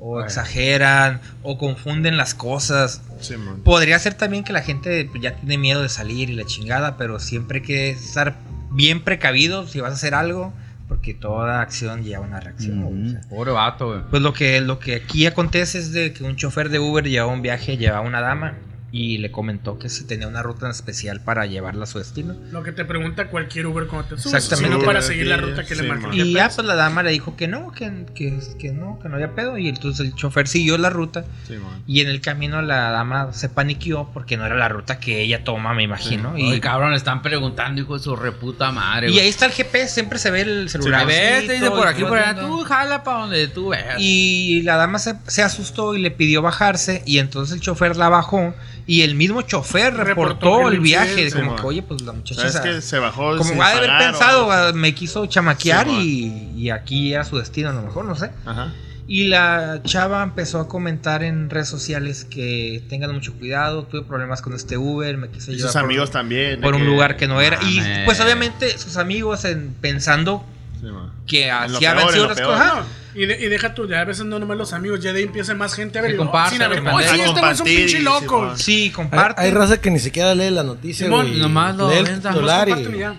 o exageran, o confunden las cosas.
Sí, mon.
Podría ser también que la gente pues, ya tiene miedo de salir y la chingada, pero siempre hay que estar bien precavido si vas a hacer algo, porque toda acción lleva una reacción. o sea.
Ujú. Pobre vato, güey.
Pues lo que, lo que aquí acontece es de que un chofer de Uber llevaba un viaje, llevaba una dama y le comentó que si tenía una ruta en especial para llevarla a su destino.
Lo que te pregunta cualquier Uber cuando te subes.
Exactamente.
Sino para
Sí,
seguir la ruta que
sí,
le
man.
marcan.
Y ya pues la dama le dijo que no, que, que- que no, que no había pedo. Y entonces el chofer siguió la ruta
Sí, mon.
y en el camino la dama se paniqueó porque no era la ruta que ella toma, me imagino.
Ay,
y,
cabrón, le están preguntando, hijo de su reputa madre,
y
güey.
ahí está el GPS, siempre se ve el celular.
Te ve, te dice por aquí, por allá.
Tú
Tú jala para donde tú veas.
Y la dama se, se asustó y le pidió bajarse y entonces el chofer la bajó y el mismo chofer reportó,
Reportó que
el
lo
viaje.
hicieron,
como
sí,
que,
ma.
oye, pues la muchacha...
¿Sabes
esa-
que se bajó? sin
como ha de haber
pagar o
pensado,
algo
ah, me quiso chamaquear
Sí, ma.
y, y aquí era su destino a lo mejor, no sé.
así? Ajá.
Y la chava empezó a comentar en redes sociales que tengan mucho cuidado, tuve problemas con este Uber, me quiso
Y
llevar
sus
por-
amigos también. de
por un lugar que no era. Y
Mames.
pues obviamente sus amigos en- pensando
Sí, mon.
que
lo
hacía
peor, en
vencido
lo
las
peor.
cosas.
No, y, de- y deja tú, ya a veces no nomás los amigos, ya de ahí empieza más gente a ver.
Que
y, oh,
compartan,
sin haber-
que
oh, sí,
compartan.
este güey es un pinche
Compartir,
loco.
sí,
Sí,
hay,
comparte.
hay raza que ni siquiera lee la noticia.
Simón,
güey.
nomás lo
Lee el
avientan,
titular y-
Compártelo ya.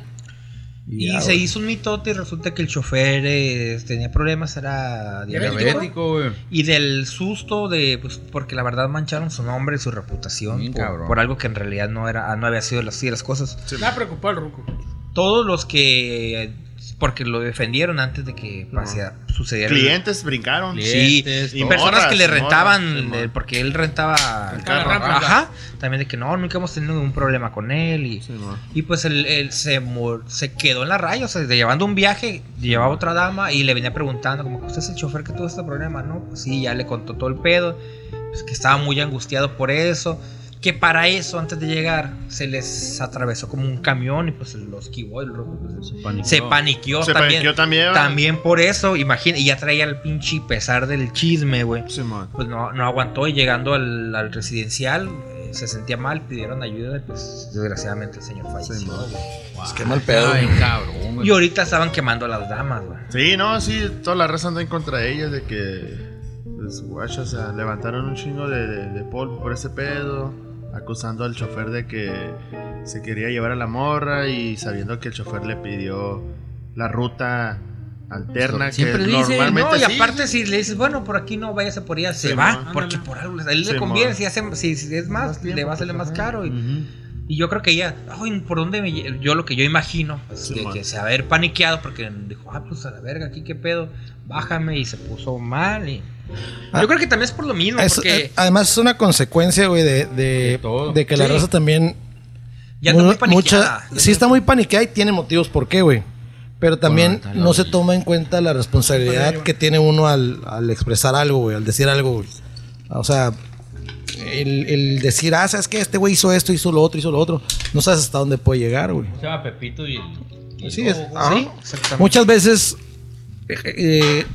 Y
ya,
se
güey.
hizo un mitote y resulta que el chofer eh, tenía problemas, era diabético.
Diabético, güey.
Y del susto de, pues, porque la verdad mancharon su nombre y su reputación
Bien
por,
cabrón.
por algo que en realidad no era, no había sido así de las cosas.
Estaba preocupado el ruco.
Todos los que porque lo defendieron antes de que pasea- sucediera. el-
Clientes brincaron.
Sí,
Clientes,
y
morras,
personas que le
morras,
rentaban,
sí,
eh,
morras.
porque él rentaba el carro.
rápido.
Ajá, también de que no, nunca hemos tenido ningún problema con él. Y,
Sí, mo.
y pues él, él se, mu- se quedó en la raya, o sea, de- llevando un viaje, llevaba otra dama y le venía preguntando, como, ¿usted es el chofer que tuvo este problema? No, pues sí, ya le contó todo el pedo, pues, que estaba muy angustiado por eso. Que para eso, antes de llegar, se les atravesó como un camión y pues lo esquivó y lo- se paniqueó
Se
también.
paniqueó también.
También por eso, imagina, y ya traía el pinche pesar del chisme, güey.
Sí, mo.
Pues no, no aguantó y llegando al, al residencial eh, se sentía mal, pidieron ayuda y pues desgraciadamente el señor falleció. güey.
Pues qué mal pedo, güey.
cabrón, güey.
y ahorita estaban quemando a las damas, güey.
Sí, no, sí, toda la raza anda en contra de ellas de que. Pues, guacha, o sea, levantaron un chingo de, de- de polvo por ese pedo. Acusando al chofer de que se quería llevar a la morra y sabiendo que el chofer le pidió la ruta alterna
Siempre
que
dicen,
normalmente
No, y
sí,
aparte si le dices, bueno, por aquí no, váyase por allá, se
Sí,
va,
mon.
porque por algo a él le
Sí,
conviene,
mon.
si, hace, si, si es más,
Más tiempo,
le va a salir
pues,
más
ajá.
caro. Y,
Ujú.
y yo creo que ella, ay, ¿por dónde me lle-?" Yo lo que yo imagino, pues,
Sí,
de
mon.
que se haber paniqueado porque dijo, ah, pues a la verga, aquí qué pedo, bájame y se puso mal. Y...
Ah.
Yo creo que también es por lo mismo,
Es-
porque...
eh, además es una consecuencia, güey, de, de,
todo.
de que la
Sí.
raza también...
Ya anda
mu-
muy paniqueada.
mucha- sí está muy paniqueada y tiene motivos por qué, güey. Pero también
Bueno, ahorita
no
lo
se
vi.
toma en cuenta la responsabilidad que tiene uno al, al expresar algo, güey, al decir algo, güey. O sea, el, el decir, ah, sabes que este güey hizo esto, hizo lo otro, hizo lo otro. No sabes hasta dónde puede llegar, güey.
Se llama Pepito y el.
Así es.
Pues Sí, exactamente.
Muchas veces eh, eh,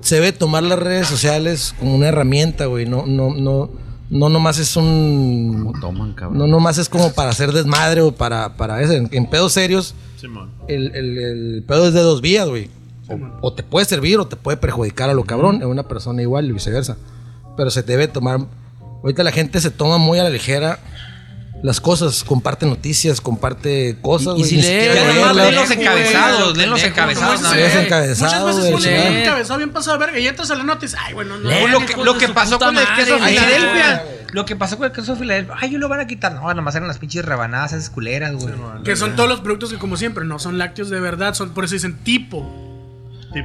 se ve tomar las redes sociales como una herramienta, güey. No, no, no, no nomás es un.
¿Cómo toman, cabrón?
No nomás es como para hacer desmadre o para, para eso. En, en pedos serios,
Simón.
el, el- el pedo es de dos vías, güey. O, o te puede servir o te puede perjudicar a lo cabrón, a una persona igual y viceversa. Pero se debe tomar. Ahorita la gente se toma muy a la ligera las cosas, comparte noticias, comparte cosas.
Y
güey,
si
ni
leen,
siquiera
ya nomás
leerlas.
leen los encabezados, leen los encabezados.
Los
nada más.
encabezados,
Muchas veces
güey,
pones
chingada.
un encabezado bien pasado de verga y entras a la noticia. Ay, bueno,
No,
no. no,
Pues lo
no,
que,
no,
lo
no,
que
su
pasó
puta
con el queso
madre,
Filadelfia. Lo que pasó con el queso Filadelfia. Ay, yo lo van a quitar. No, nomás eran las pinches rebanadas, esas culeras, güey.
Que son todos los productos que, como siempre, no son lácteos de verdad. son Por eso dicen tipo.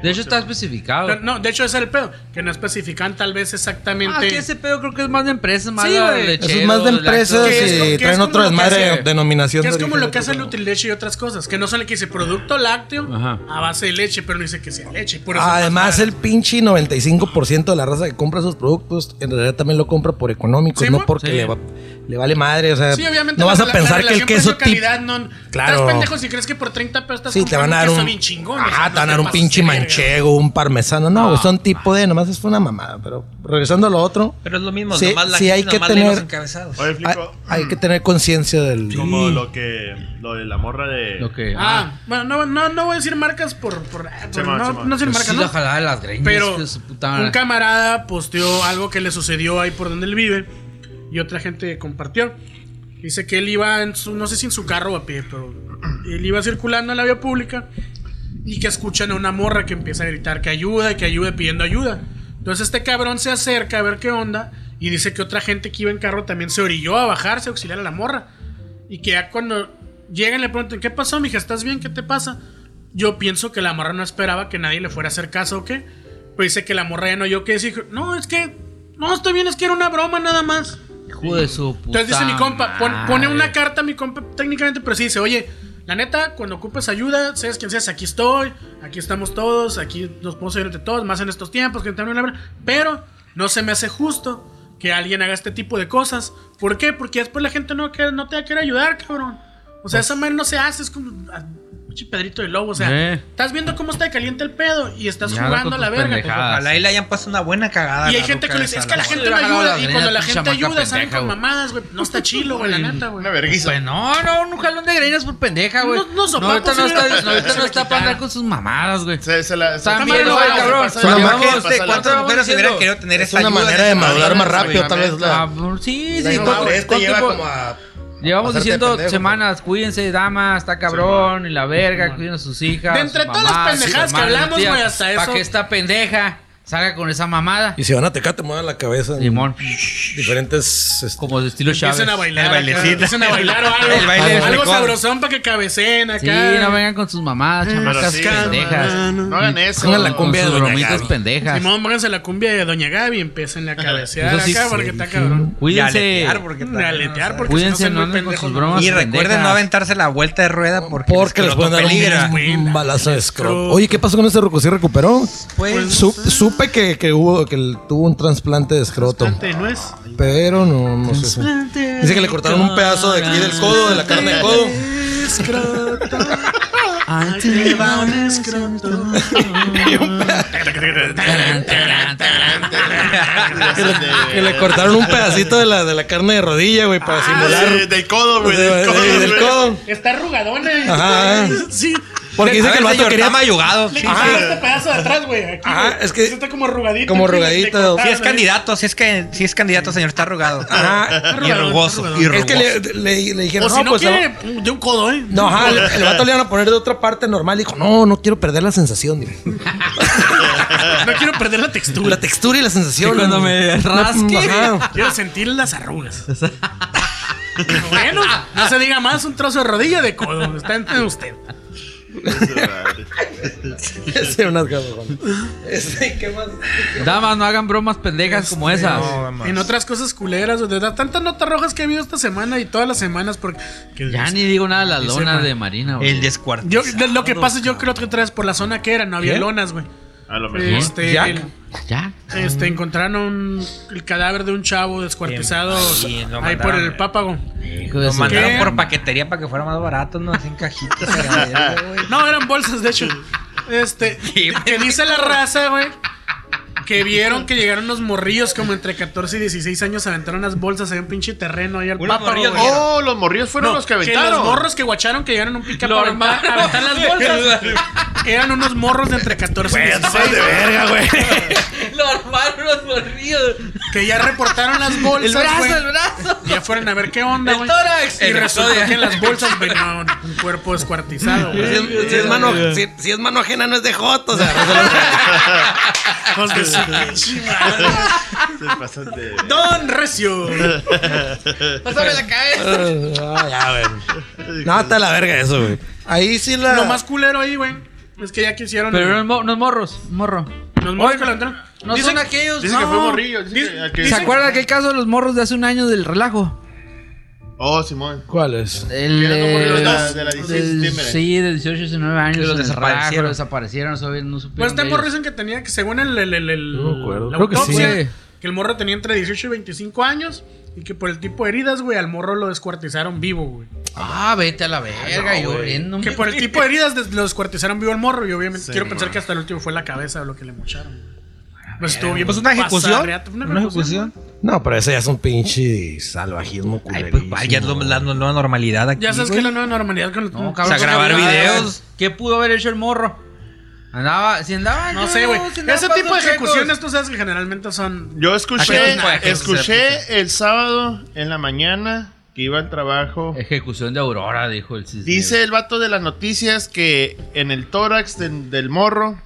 De hecho, está especificado.
Pero no, de hecho, ese es el pedo. Que no especifican tal vez exactamente.
Ah, que ese pedo creo que es más de empresas, más
Sí,
de
güey.
lecheros,
Eso es más de empresas
lactosa. Que es- que
y
es
traen
como
otro
lo que
desmadre
hace-
de denominación.
Que es
de
como
origen
lo que hace el
otro.
Nutrileche y otras cosas, que no son el que dice producto lácteo
Ajá.
a base de leche, pero no dice que sea leche. por eso es
Además, el pinche 95% de la raza que compra esos productos en realidad también lo compra por económico,
¿Sí,
no
mo?
porque
Sí.
le, va- le vale madre. O sea,
más- Sí, obviamente.
no
la-
vas a
la-
pensar
la
que el
relación
queso tip.
precio-calidad no,
Claro.
Estás pendejo si crees que por 30 pesos estás
Sí, te van a dar
comprando
un.
queso bien chingón, o sea,
Ajá,
no
te van a dar
te
un
pases
pinche
de verga.
manchego, un parmesano.
Ah,
No, güey, son tipo de. Nomás es una mamada. Pero regresando a lo otro,
Pero es lo mismo,
Sí,
nomás la
sí, hay
gente
que
nomás lee
tener-
los encabezados.
Oye,
hay,
flico.
mm.
hay que tener conciencia del.
Como lo que. Lo de la morra de.
Lo que.
Ah, bueno, no, no, no voy a decir marcas por. por, por-
Simón,
no,
Simón.
no decir
Pues
marcas,
sí,
¿no?
la jalada de las greñas.
Pero
que su puta madre.
un camarada posteó algo que le sucedió ahí por donde él vive y otra gente compartió. Dice que él iba en su, no sé si en su carro o a pie, pero él iba circulando en la vía pública y que escuchan a una morra que empieza a gritar que ayuda, que ayuda pidiendo ayuda. Entonces este cabrón se acerca a ver qué onda y dice que otra gente que iba en carro también se orilló a bajarse, a auxiliar a la morra. Y que ya cuando llegan le preguntan, ¿qué pasó, mija? ¿Estás bien? ¿Qué te pasa? Yo pienso que la morra no esperaba que nadie le fuera a hacer caso o qué. Pero dice que la morra ya no yo que decir, no, es que, no, estoy bien, es que era una broma nada más.
Hijo de su puta.
Entonces dice mi compa, pon-
madre.
pone una carta a mi compa técnicamente, pero sí dice, oye, la neta, cuando ocupes ayuda, seas quien seas, aquí estoy, aquí estamos todos, aquí nos podemos ayudar entre todos, más en estos tiempos, que también hablan, pero no se me hace justo que alguien haga este tipo de cosas. ¿Por qué? Porque después la gente no, que, no te va a querer ayudar, cabrón. O
Pues
sea, esa madre no se hace, es como ah, pinche pedrito de lobo, o sea,
Eh.
estás viendo cómo está de caliente el pedo y estás
Ya, con
jugando a la
tus
verga.
pendejadas.
Ojalá y le hayan pasado una buena cagada.
Y hay
la
gente que
ruca
le dice,
esa,
es que la
¿no?
gente no
Le bajaba
ayuda.
la
Y cuando la
greña,
gente
pinche
ayuda,
chamaca
salen con
pendeja, güey.
mamadas, güey. No está chilo, güey, la neta, güey.
Una vergüenza.
Pues no, no, un jalón de greñas por pendeja, güey.
No- no sopapos,
ahorita no
señora.
está, no, ahorita
Se
no
la
está para andar
quitaron.
con sus mamadas, güey.
Se, se la. se-
También,
se-
no,
se-
güey,
se-
cabrón.
se- se-
Cuando
se-
imagínate
se- se- se-
¿Cuántas
vamos
mujeres
diciendo.
hubieran querido tener
Es
esa
una
ayuda
manera
esa
de
manera?
madurar más rápido, tal vez.
Ah,
la-
sí, sí,
la
¿cuánto-
madurez
Este
te
cuánto
lleva
tiempo?
como a-
Llevamos
hacerte
diciendo
pendejo,
semanas, cuídense, dama, está cabrón, y la verga, cuiden a sus hijas.
De entre todas las pendejadas que hablamos, güey, hasta eso.
Para que esta pendeja Salga con esa mamada.
Y si van a Tecate, muevan la cabeza. en
Simón.
Diferentes. este,
Como de estilo Chávez.
Empiezan a bailar.
El
acá,
bailecito.
Empiezan a bailar o algo.
El baile del
algo
frijol.
sabrosón para que cabeceen acá.
Sí, no vengan con sus mamás, chamacas
sí,
pendejas.
No hagan eso.
Pongan la cumbia
con
de
sus
Doña
bromitas
Gaby.
pendejas.
Simón, pónganse la cumbia de Doña Gaby y empiecen a cabecear
Eso sí,
acá
sí,
porque está cabrón.
Cuídense.
porque
A aletear porque
Cuídense,
si no
no
son muy
anden con
pendejos.
sus
¿no?
bromas.
Y recuerden
pendejas.
no aventarse la vuelta de rueda porque,
Porque les pueden
escroto
dar
peligra.
un,
Buena.
un balazo de escroto.
Escroto.
Oye, ¿qué pasó con ese ruco? ¿Sí recuperó?
Pues,
Su- supe que, que hubo, que el- tuvo un trasplante de escroto.
Plante de nuez.
Pero no, no sé. Dice que le cortaron un pedazo de aquí del codo, de la carne del codo.
Escroto. Ahí te va un escroto.
Que le, que le cortaron un pedacito de la, de la carne de rodilla, güey, para simular.
De- Ah, Del codo, güey.
de- de-
Del codo,
de- Ah, del
güey.
codo.
Está arrugadona.
Ajá.
Sí.
Porque dice que el vato quería.
mayugado.
Le
Sí,
quitaron
sí.
este pedazo de atrás, güey. aquí,
Ajá,
güey.
es que-
Eso Está como arrugadito.
como
aquí, le- le
arrugadito.
cortaron,
Si es
güey.
candidato, si es que si es candidato, señor, está arrugado.
Ah,
Ajá.
Y rugoso. Y
Es que le,
rugoso.
le- le dijeron,
O si
no,
no
pues.
quiere,
no".
de un codo, ¿eh?
No, ajá, el, el vato le iban a poner de otra parte normal. Y dijo, no, no quiero perder la sensación, dijo.
No quiero perder la
La
textura.
textura y la sensación.
Que cuando me
No,
rasque.
ajá.
Quiero sentir las arrugas. bueno, no se diga más un trozo de rodilla de codo. Está en en usted.
Sí, unas garrafonas. Este, ¿qué más?
Damas, no hagan bromas pendejas como esas.
En otras cosas culeras, de verdad, tantas notas rojas que he habido esta semana y todas las semanas porque que-
Ya ni digo nada de las
Dice,
lonas
man.
de Marina, güey.
El descuartizado.
yo, de- lo que pasa, yo creo que otra vez por la zona que era, no había
¿Qué? Pues,
lonas, güey.
A lo mejor.
Este,
Jack.
el-
Ya.
este, encontraron un- el cadáver de un chavo descuartizado
Sí, lo
ahí
mandaron,
por el
güey.
pápago.
Hijo de
Lo
su-
mandaron
¿Qué?
por paquetería para que fuera más barato, no hacen cajitas. a la verga, güey.
No, eran bolsas, de hecho. Este, que dice la raza, güey. Que vieron que llegaron unos morrillos como entre 14 y 16 años, se aventaron unas bolsas en un pinche terreno ahí al
Unos
papa,
morrillos,
güey.
¿no?
Oh, los morrillos fueron los que aventaron.
los morros que guacharon que llegaron a un pica
Lo
para armar-
aventaron.
aventar las bolsas. Eran unos morros de entre 14 y 16.
Lo armaron los morrillos.
Que ya reportaron las bolsas, güey.
brazo.
Ya fueron a ver qué onda,
El
güey.
tórax.
Y
El
resultó
tórax.
que en las bolsas venía un, un cuerpo descuartizado,
Si
güey.
es, si es mano, si, si es mano ajena, no es de Joto. O sea,
Hijos de su pinche madre.
Se pasan de-
Don Recio.
Pásame la cabeza.
Ah, ya, güey. No, está la verga eso, güey. Ahí sí la.
Lo más culero ahí, güey. Es que ya quisieron.
Pero eran mo- unos morros. Un morro.
los morros que lo entraron.
No
Dicen-
son aquellos.
Dicen que
no.
fue morrillo. dicen
Dice-
que- a que-
¿Se acuerda aquel caso de los morros de hace un año del relajo?
Oh, Simón.
¿Cuál es?
El,
Eran los morrillos de la-
eh,
de la 16
del-
septiembre.
Sí, de 18 19 años.
los
en el relajo,
desaparecieron.
desaparecieron, ¿sabes? No supieron
Pues este
de
morro
ellos.
dicen que tenía que, según el. el, el, el-
No me acuerdo.
la
Creo que sí.
autopsia,
Sí.
que el morro tenía entre 18 y 25 años. Y que por el tipo de heridas, güey, al morro lo descuartizaron vivo, güey.
Ah, vete a la verga. yo riéndome.
Que por el tipo de heridas des- lo descuartizaron vivo al morro. Y obviamente
Sí,
quiero pensar
man.
que hasta el último fue la cabeza de lo que le mocharon. güey. Pues estuvo bien.
Pues una ejecución.
pasarreato, Una,
Una
ejecución.
ejecución.
No, pero ese ya es un pinche salvajismo
Ay,
culero.
pues vaya, es lo- la la nueva normalidad aquí.
Ya sabes que es
güey.
la nueva normalidad con los.
No, cabrón.
O sea, grabar
cabrón,
videos.
¿Qué pudo haber hecho el morro? Andaba, si andaba.
No
yo,
sé, güey.
si andaba
Ese
pasando
tipo de
chuecos.
ejecuciones, tú sabes que generalmente son.
Yo
Aquel
escuché,
no fue, aquel
escuché el sábado en la mañana que iba al trabajo.
Ejecución de Aurora, dijo el cisne.
Dice el vato de las noticias que en el tórax del- del morro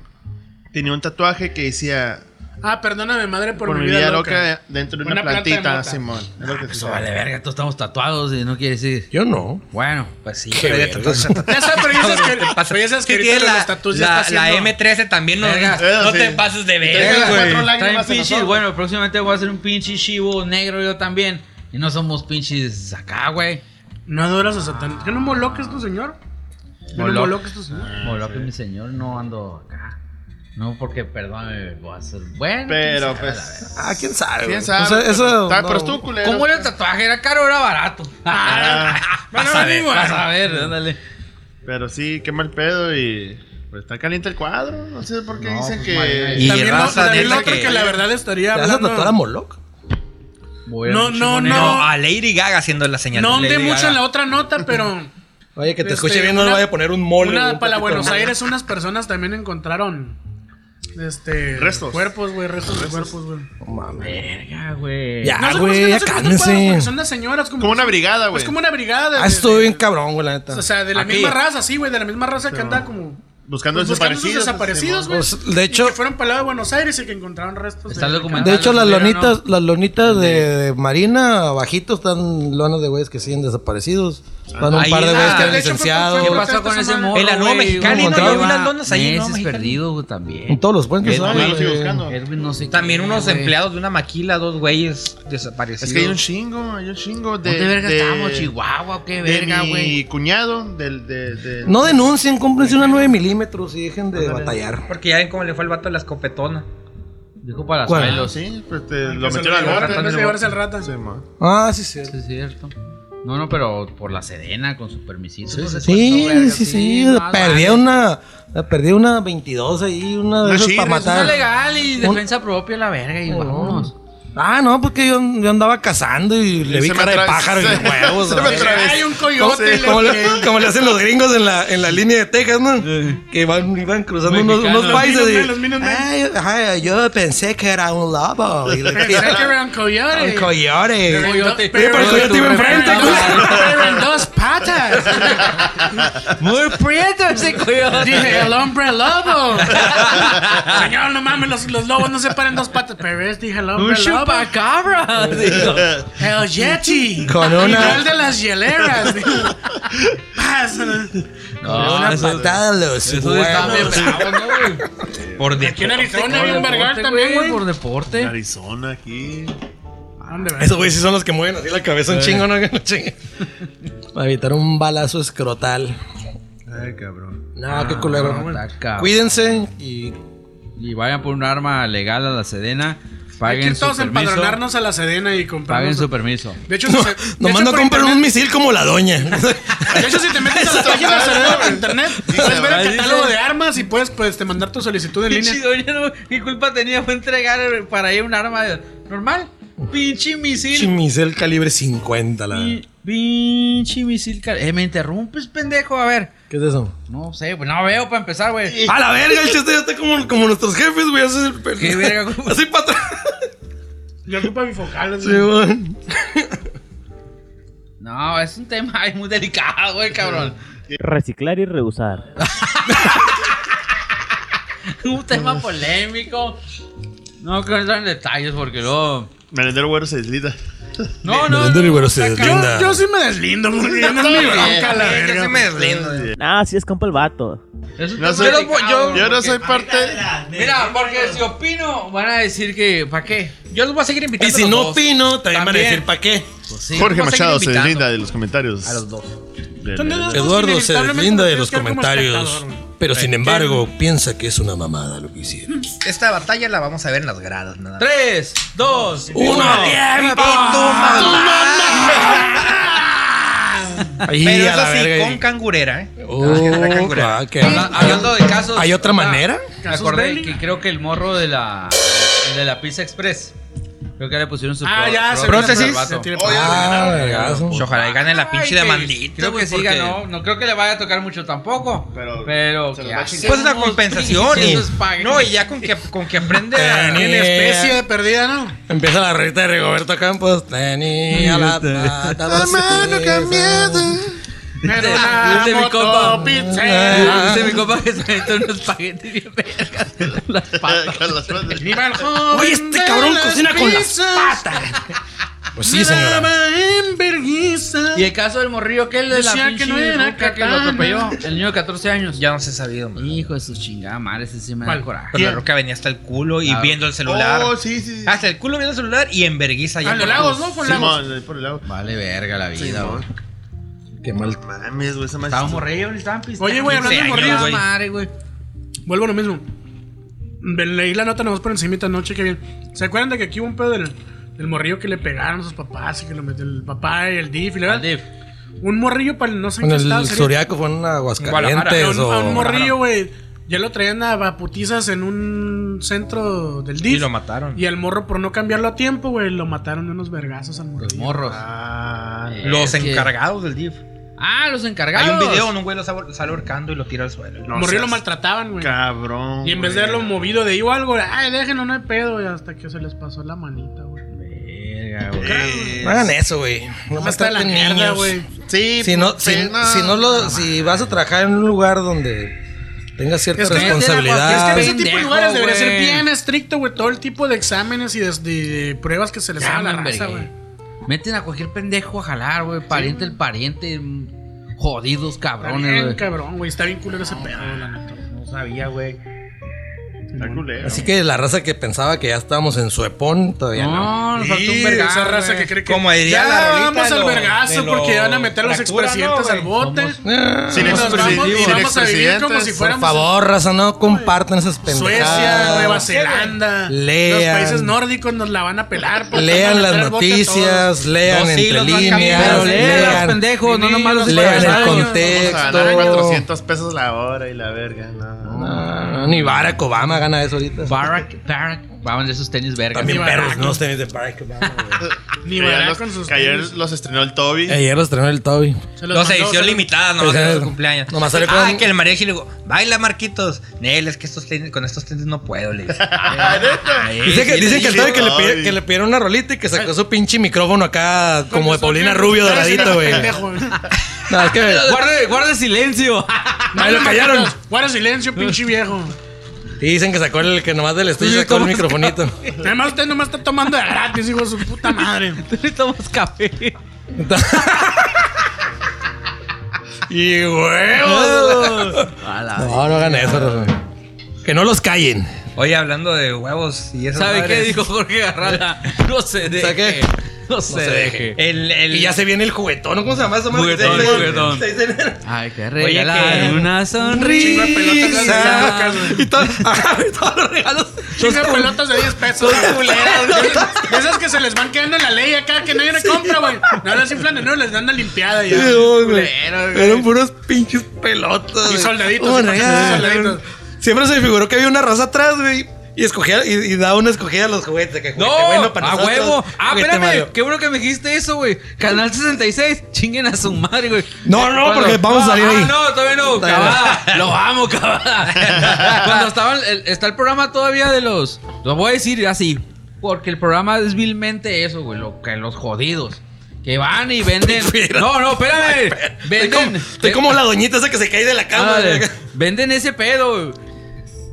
tenía un tatuaje que decía
Ah, perdóname, madre, por,
por mi vida loca dentro de una,
Una planta de
plantita,
mota.
Simón. Es lo que escuché.
Eso Ah, pues, vale verga, todos estamos tatuados y no quiere decir.
Yo no.
Bueno,
Pues sí,
Qué
pero ya
verga.
tatuajes-
Ya sabes, pero dices que,
te pasa.
pero ya sabes que
Sí,
ahorita
tiene
los
la,
estatus ya
la,
está
la
haciendo-
M13 también no,
Verga.
no
Sí.
te pases de
Entonces,
verga,
cuatro
güey.
lágrimas
traen
en los
pinches.
ojos.
Bueno, próximamente voy a hacer un pinche chivo negro yo también. Y no somos pinches acá, güey.
No adoras a Satán. ¿Qué no moloques tu señor? ¿Qué no
Moloc.
moloques tu señor?
Como lo que mi señor no ando acá. No, porque perdóname, voy a ser bueno.
Pero
quién sabe, la verga.
pues.
Ah, quién sabe.
¿Quién
güey.
sabe?
O sea, eso,
Está-
no.
pero estuvo culero.
¿Cómo era el tatuaje? ¿Era caro o era barato?
Ah, Bueno,
a ver,
amigo,
Vas a ver, ándale.
Pero sí, qué mal pedo y. Pues está caliente el cuadro. No sé por qué
No,
dicen
pues,
que.
madre.
Y
También, lo,
raza,
también lo
neta
otro que...
que-
la verdad estaría
¿Te vas a tatuar a
hablando.
Moloch?
Voy a
No,
un
no,
chivo
no.
negro.
No, a Lady Gaga haciendo la señal.
No
Lady
hundé mucho
Gaga.
en la otra nota, pero.
Oye, que te
este,
escuche bien, no le
una-
vaya a poner un mole.
Una
güey, un
para
poquito
Buenos
de-
Aires, unas personas también encontraron. Este.
Restos.
Cuerpos, güey, restos de cuerpos, güey.
No mames.
Verga, güey.
Ya,
No sé por qué
güey,
no
ya
se preocupan, porque
cálmense.
Son las señoras, como.
Ah, Como una brigada,
Pues,
güey.
Es como una brigada. de-
Ah, estuvo
de-
bien cabrón, güey, la neta.
O sea, de la
Aquí.
misma raza, sí, güey, de la misma raza que anda como
Buscando
Pues buscando sus
desaparecidos.
desaparecidos,
Simón.
güey.
Pues, de hecho,
Que fueron para el lado de Buenos Aires y que encontraron restos.
Está
de-
documentado.
de hecho las
Pero no.
lonitas, las lonitas de, de Marina abajito están lonas de güeyes que siguen desaparecidos. Están un
Ahí
par de
en la-
güeyes que han
de
hecho, fue-
licenciado.
¿Qué
fue-
pasó con ese morro?
En la Nueva
güey?
Mexicali,
¿no? Yo vi
Lleva
las donas ahí en Nueva
meses
Mexicali.
perdido güey, también.
En todos los puentes.
Bien,
¿no?
No, yo lo sigo
Eh,
buscando.
Edwin no sé
También
qué,
unos
güey.
empleados de una maquila, dos güeyes desaparecidos.
Es que hay un chingo, hay un chingo de.
¿Dónde verga
de-
estamos? Chihuahua, qué
de
verga,
mi
güey.
cuñado, del. De, de-
No denuncien, cómprense una 9 milímetros y dejen de
Ándale.
batallar.
Porque ya ven cómo le fue al vato de la escopetona.
Dijo para
¿Cuál?
Ah,
suelos. Sí,
Sí, pues te- lo
se
metieron al
lo llevaron,
bote.
en vez de llevarse al rata.
Sí, ma.
Ah, sí, sí.
es cierto. No, no, pero por la Sedena, con su permisito. no sé cuánto,
Sí,
verga,
sí, sí.
no,
Perdí
vale.
una. Perdí una 22 ahí, una
No
de esas
chilles,
para
no
Eso
matar.
es legal y
Un-
defensa propia la verga y
No.
vámonos.
Ah, no, porque yo, yo andaba cazando y le vi
Se me
cara de
atra-
pájaro y
se-
de huevos.
se
¿no?
me atraviesa.
Hay un
Como,
coyote. y le-
como le, como le hacen los gringos en la, en la línea de Texas, ¿no? Que van, iban cruzando unos,
Mexicanos.
unos países y-
Los
Ah,
Minutemen, los Minutemen.
"Ay, ajá, yo pensé que era un lobo. Y le
Pensé que eran coyotes.
un coyote.
Coyote.
Pero el coyote iba enfrente.
Pero- pero en dos patas.
Muy prieto ese coyote.
Dije, el hombre lobo. Señor, no mames, los, los lobos no se paran en dos patas. Pero es, dije, el
Un
hombre lobo.
chupacabra. dijo.
El Yeti.
Con
Y
una-
no el de las hieleras. dijo. Pásala.
No,
una
eso-
patada a los
Eso de estar bien
huevos.
bravo, ¿no, güey?
Por de
Aquí en Arizona había un vergal
Deporte,
también, güey.
Por deporte.
En Arizona, aquí.
¿Dónde, güey?
Esos güeyes sí son los que mueven así la cabeza un chingo, ¿no? No chingue. Para evitar un balazo escrotal.
Ay, cabrón.
No, qué culero.
no, está cabrón.
Ah, Cuídense y
Y vayan por un arma legal a la Sedena.
Hay que
Paguen
ir
su
todos a
permiso.
empadronarnos a la Sedena y
Paguen
comprarnos.
su permiso.
De hecho, si se- de
nomás no
hecho, por
compren un
internet-
misil como la doña.
De hecho, si te metes a la página de la Sedena por internet, puedes ver
Ahí
el
dice-
catálogo de armas y puedes pues, te mandar tu solicitud en línea.
Pinche doña, no, ¿qué culpa tenía? Fue entregar para ella un arma de- normal. Pinche misil.
Chimisel calibre 50, la verdad.
Pin- Pinche misil. car- Eh, me interrumpes, pendejo. A ver.
¿Qué es eso?
No sé, pues no veo para empezar, güey.
A la verga, el chiste ya está como, como nuestros jefes, güey. Haces el pelo.
Qué verga, güey.
Así para atrás.
Yo ocupo bifocales.
Sí, güey.
No, es un tema ay, muy delicado, güey, cabrón.
Reciclar y reusar.
un tema polémico. No quiero entrar en detalles porque luego.
Melendero Güero se deslita.
No, no.
Melendero
no,
Rivero se
saca-
deslinda.
Yo, yo sí me deslindo, porque yo no es mi bronca, la
Eh, Yo
verga.
sí me deslindo.
Ah, sí es compa el vato.
Es un
No
tema
soy-
delicado,
Yo no
porque-
soy parte.
Mira, porque si opino, van a decir que. pues, ¿Para qué?
Yo los voy a seguir
Y
invitando.
si
a los
no
dos.
opino, también van a
También.
decir para qué.
Pues sí,
Jorge
Vamos a seguir
Machado se
invitando.
deslinda de los comentarios.
A los dos.
De- de- de-
Eduardo se
Inevitablemente
deslinda de
tienes
los
que ver como
comentarios.
espectador,
Pero sin embargo, piensa que es una mamada lo que hicieron.
Esta batalla la vamos a ver en las gradas, nada más.
Tres, dos,
¡Uno! ¡Tiempo!
Ah,
Ahí,
Pero
a
eso
la
sí,
verga.
con cangurera, ¿eh?
Oh,
La cangurera.
ah, que-
Habla- Hablando de casos.
¿Hay otra manera?
Me
¿Casos
acordé
Belli?
que creo que el morro de la. de la Pizza Express. Creo que le pusieron su.
Ah,
pro-
ya,
pro-
se
prótesis.
se
vato.
tiene-
Ah, vergazo.
Pues Ojalá y gane la
Ay,
pinche de
que-
mandito.
Creo que
güey,
sí ganó.
porque-
No creo que le vaya a tocar mucho tampoco. Pero.
Pero
Pero.
se
que
lo va a
hacen
chingar.
Pues la
unos
compensación. y-
pinches espaguetis.
no, y ya con que, con que aprende a.
Tenis.
Tiene especie de perdida, ¿no?
Empieza la reta de Rigoberto Campos. Tenía la pata vacía.
Pero
Dice-
una
dice mi compa.
moto pizza.
Ah,
Dice mi compa que se metió un espagueti bien vergas en las patas.
Con las patas.
Viva el joven
Oye, este
de
cabrón
las
cocina con las
pizzas.
Pues
Me
sí, señora.
daba en vergüenza.
Y el caso del morrillo que él de la
Decía
pinche
que no era
ruca que lo atropelló.
katana.
El niño de 14 años.
Ya no se ha sabido, man.
Hijo de su chingada madre, ese sí me da
¿Cuál?
coraje.
Pero la roca venía hasta el culo y
Ah.
viendo el celular.
Oh, sí, sí. sí.
Hasta el culo viendo el celular y en vergüenza ya.
Ah, en los
por-
lagos, ¿no? Con lagos.
Simón, ahí por el lago.
Vale verga la vida, güey.
Qué mal.
Mames, güey, esa madre-
Estaba morrillo, estaban pisteando.
Oye, güey, hablando de
15
morrillos,
años,
güey.
madre, güey.
Vuelvo a lo mismo. Ve- Leí la nota nomás por encimita anoche, que bien. ¿Se acuerdan de que aquí hubo un pedo del, del morrillo que le pegaron a sus papás y que lo metió el papá y el DIF y la
Al DIF.
Un morrillo para el no sé en
Con
qué
el
estado sería.
Suriaco fue en
A
Aguascalientes
un, a un
o...
morrillo, güey. Ya lo traían a vaputizas en un centro del
Y
DIF.
lo mataron.
Y al morro, por no cambiarlo a tiempo, güey, lo mataron de unos vergazos al
Los
morrillo.
morros.
Ah,
Eh,
Los
es que-
encargados del DIF.
Ah, los encargados.
Hay un video donde un güey lo sal- sale ahorcando y lo tira al suelo.
Al morrillo lo maltrataban, güey.
cabrón.
Y en vez de haberlo movido de ahí o algo, ay, déjenlo, no hay pedo, güey, hasta que se les pasó la manita, güey.
Verga, güey.
No hagan eso, güey. No
Hasta la
maltraten
mierda,
niños.
güey.
Sí,
Si no, si,
pena.
si no lo, si vas a trabajar en un lugar donde tenga cierta
Es que- Es
responsabilidad. pues,
que en ese tipo de
Pendejo,
lugares debería ser
güey.
bien estricto, güey. Todo el tipo de exámenes y de, de- de pruebas que se les
Ya
hagan a
me
la raza,
envergué.
güey.
Meten a cualquier pendejo a jalar, güey. Pariente el pariente. mm, Jodidos
Está
cabrones,
bien,
güey.
cabrón, güey. Está bien culero ese pedo, la neta.
No sabía, güey.
Está culero.
Así que la raza que pensaba que ya estábamos en su epón, todavía no.
No, nos faltó un
Sí,
vergazo.
esa raza
güey.
que cree que
Como diría
ya
la rolita
vamos
de
al
lo-
vergazo
de lo-
porque ya van a meter a los
fractura,
expresidentes
¿no,
al bote.
Eh,
Sin
Y nos
expresidentes,
vamos, y vamos a vivir
sin
como si
expresidentes,
por
fuéramos
favor, raza, no compartan esas
Suecia, Nueva
pendejadas.
Zelanda.
Lean.
Los países nórdicos nos la van a pelar. porque
Lean
van a
las
meter al bote a todos.
noticias, lean
Dos
entre
siglos van
líneas,
cambiando.
Pero lee los
lean,
pendejos, no nomás los
lean el
empresarios.
Vamos a ganar
contexto.
400 pesos la hora y la verga. No.
No, ni Barack Obama gana eso ahorita.
Barack, Barack. Vamos de esos tenis verga.
También
Ni
perros,
Barack.
no los tenis de Barack Obama. güey.
Ni
Que ayer
Barack
los-
con sus
que ayer
tenis.
los estrenó el Toby.
Ayer los estrenó el Toby.
Se
Los
los mandó, se
edición
los-
limitada, no
Pues,
más
eh,
los cumpleaños.
nomás sale
Ay,
con-
que el mariachi le digo, baila Marquitos. Nel, es que estos tenis, con estos tenis no puedo, le digo. Ay,
Dicen que,
sí,
dicen que
le
el
digo.
Toby que le, pide-
Ay.
que le pidieron una rolita y que sacó su pinche micrófono acá como de
Con
Paulina
sus-
Rubio
Ay,
doradito,
sí,
güey.
pendejo, güey.
No, es que
Guarde, guarde silencio.
Ahí lo callaron.
Guarda silencio, pinche viejo.
Y dicen que sacó el que nomás del estudio sacó el microfonito.
Además, usted nomás está tomando de gratis, hijo de su puta madre.
Necesitamos café.
y huevos.
A la
No, no hagan eso. Rafa. Que no los callen.
Oye, hablando de huevos y esas
¿Sabe qué
madres,
dijo Jorge Garrala? No se deje.
qué?
No se,
se
deje.
deje.
El, el,
Y ya se viene el juguetón. ¿Cómo se llama eso?
Juguetón, juguetón. Ay, que regalar
que-
una
chingo de pelotas
sonrisa.
atrás de
Y todo- ajá, y todos los regalos.
Chinga pelotas de 10 pesos. culeras, güey. De Esas que se les van quedando en la ley acá, que nadie le compra, güey. No las inflan de nuevo, les dan una limpiada ya.
Dios, güey.
Culero, güey.
Eran puros pinches pelotas.
Y
güey.
soldaditos,
Como
y
regalos.
patas de soldaditos.
Siempre se me figuró que había una raza atrás, güey. Y escogía, y, y daba una escogida a los juguetes. de Que
No,
juguete bueno Este para
a
nosotros,
huevo. Ah,
juguete
espérame.
malo.
Qué bueno que me dijiste eso, güey. Canal 66. Chinguen a su madre, güey.
No, no, porque vamos a salir
ah,
ahí.
no, todavía no.
Todavía
Cavada. Lo amo, cavada. Cuando estaba el- está el programa todavía de los. Lo voy a decir así. Porque el programa es vilmente eso, güey. Lo que los jodidos. Que van y venden. No, no, espérame.
Estoy como,
Venden. eh,
estoy como la doñita esa que se cae de la cama.
Ah,
güey.
venden ese pedo. güey.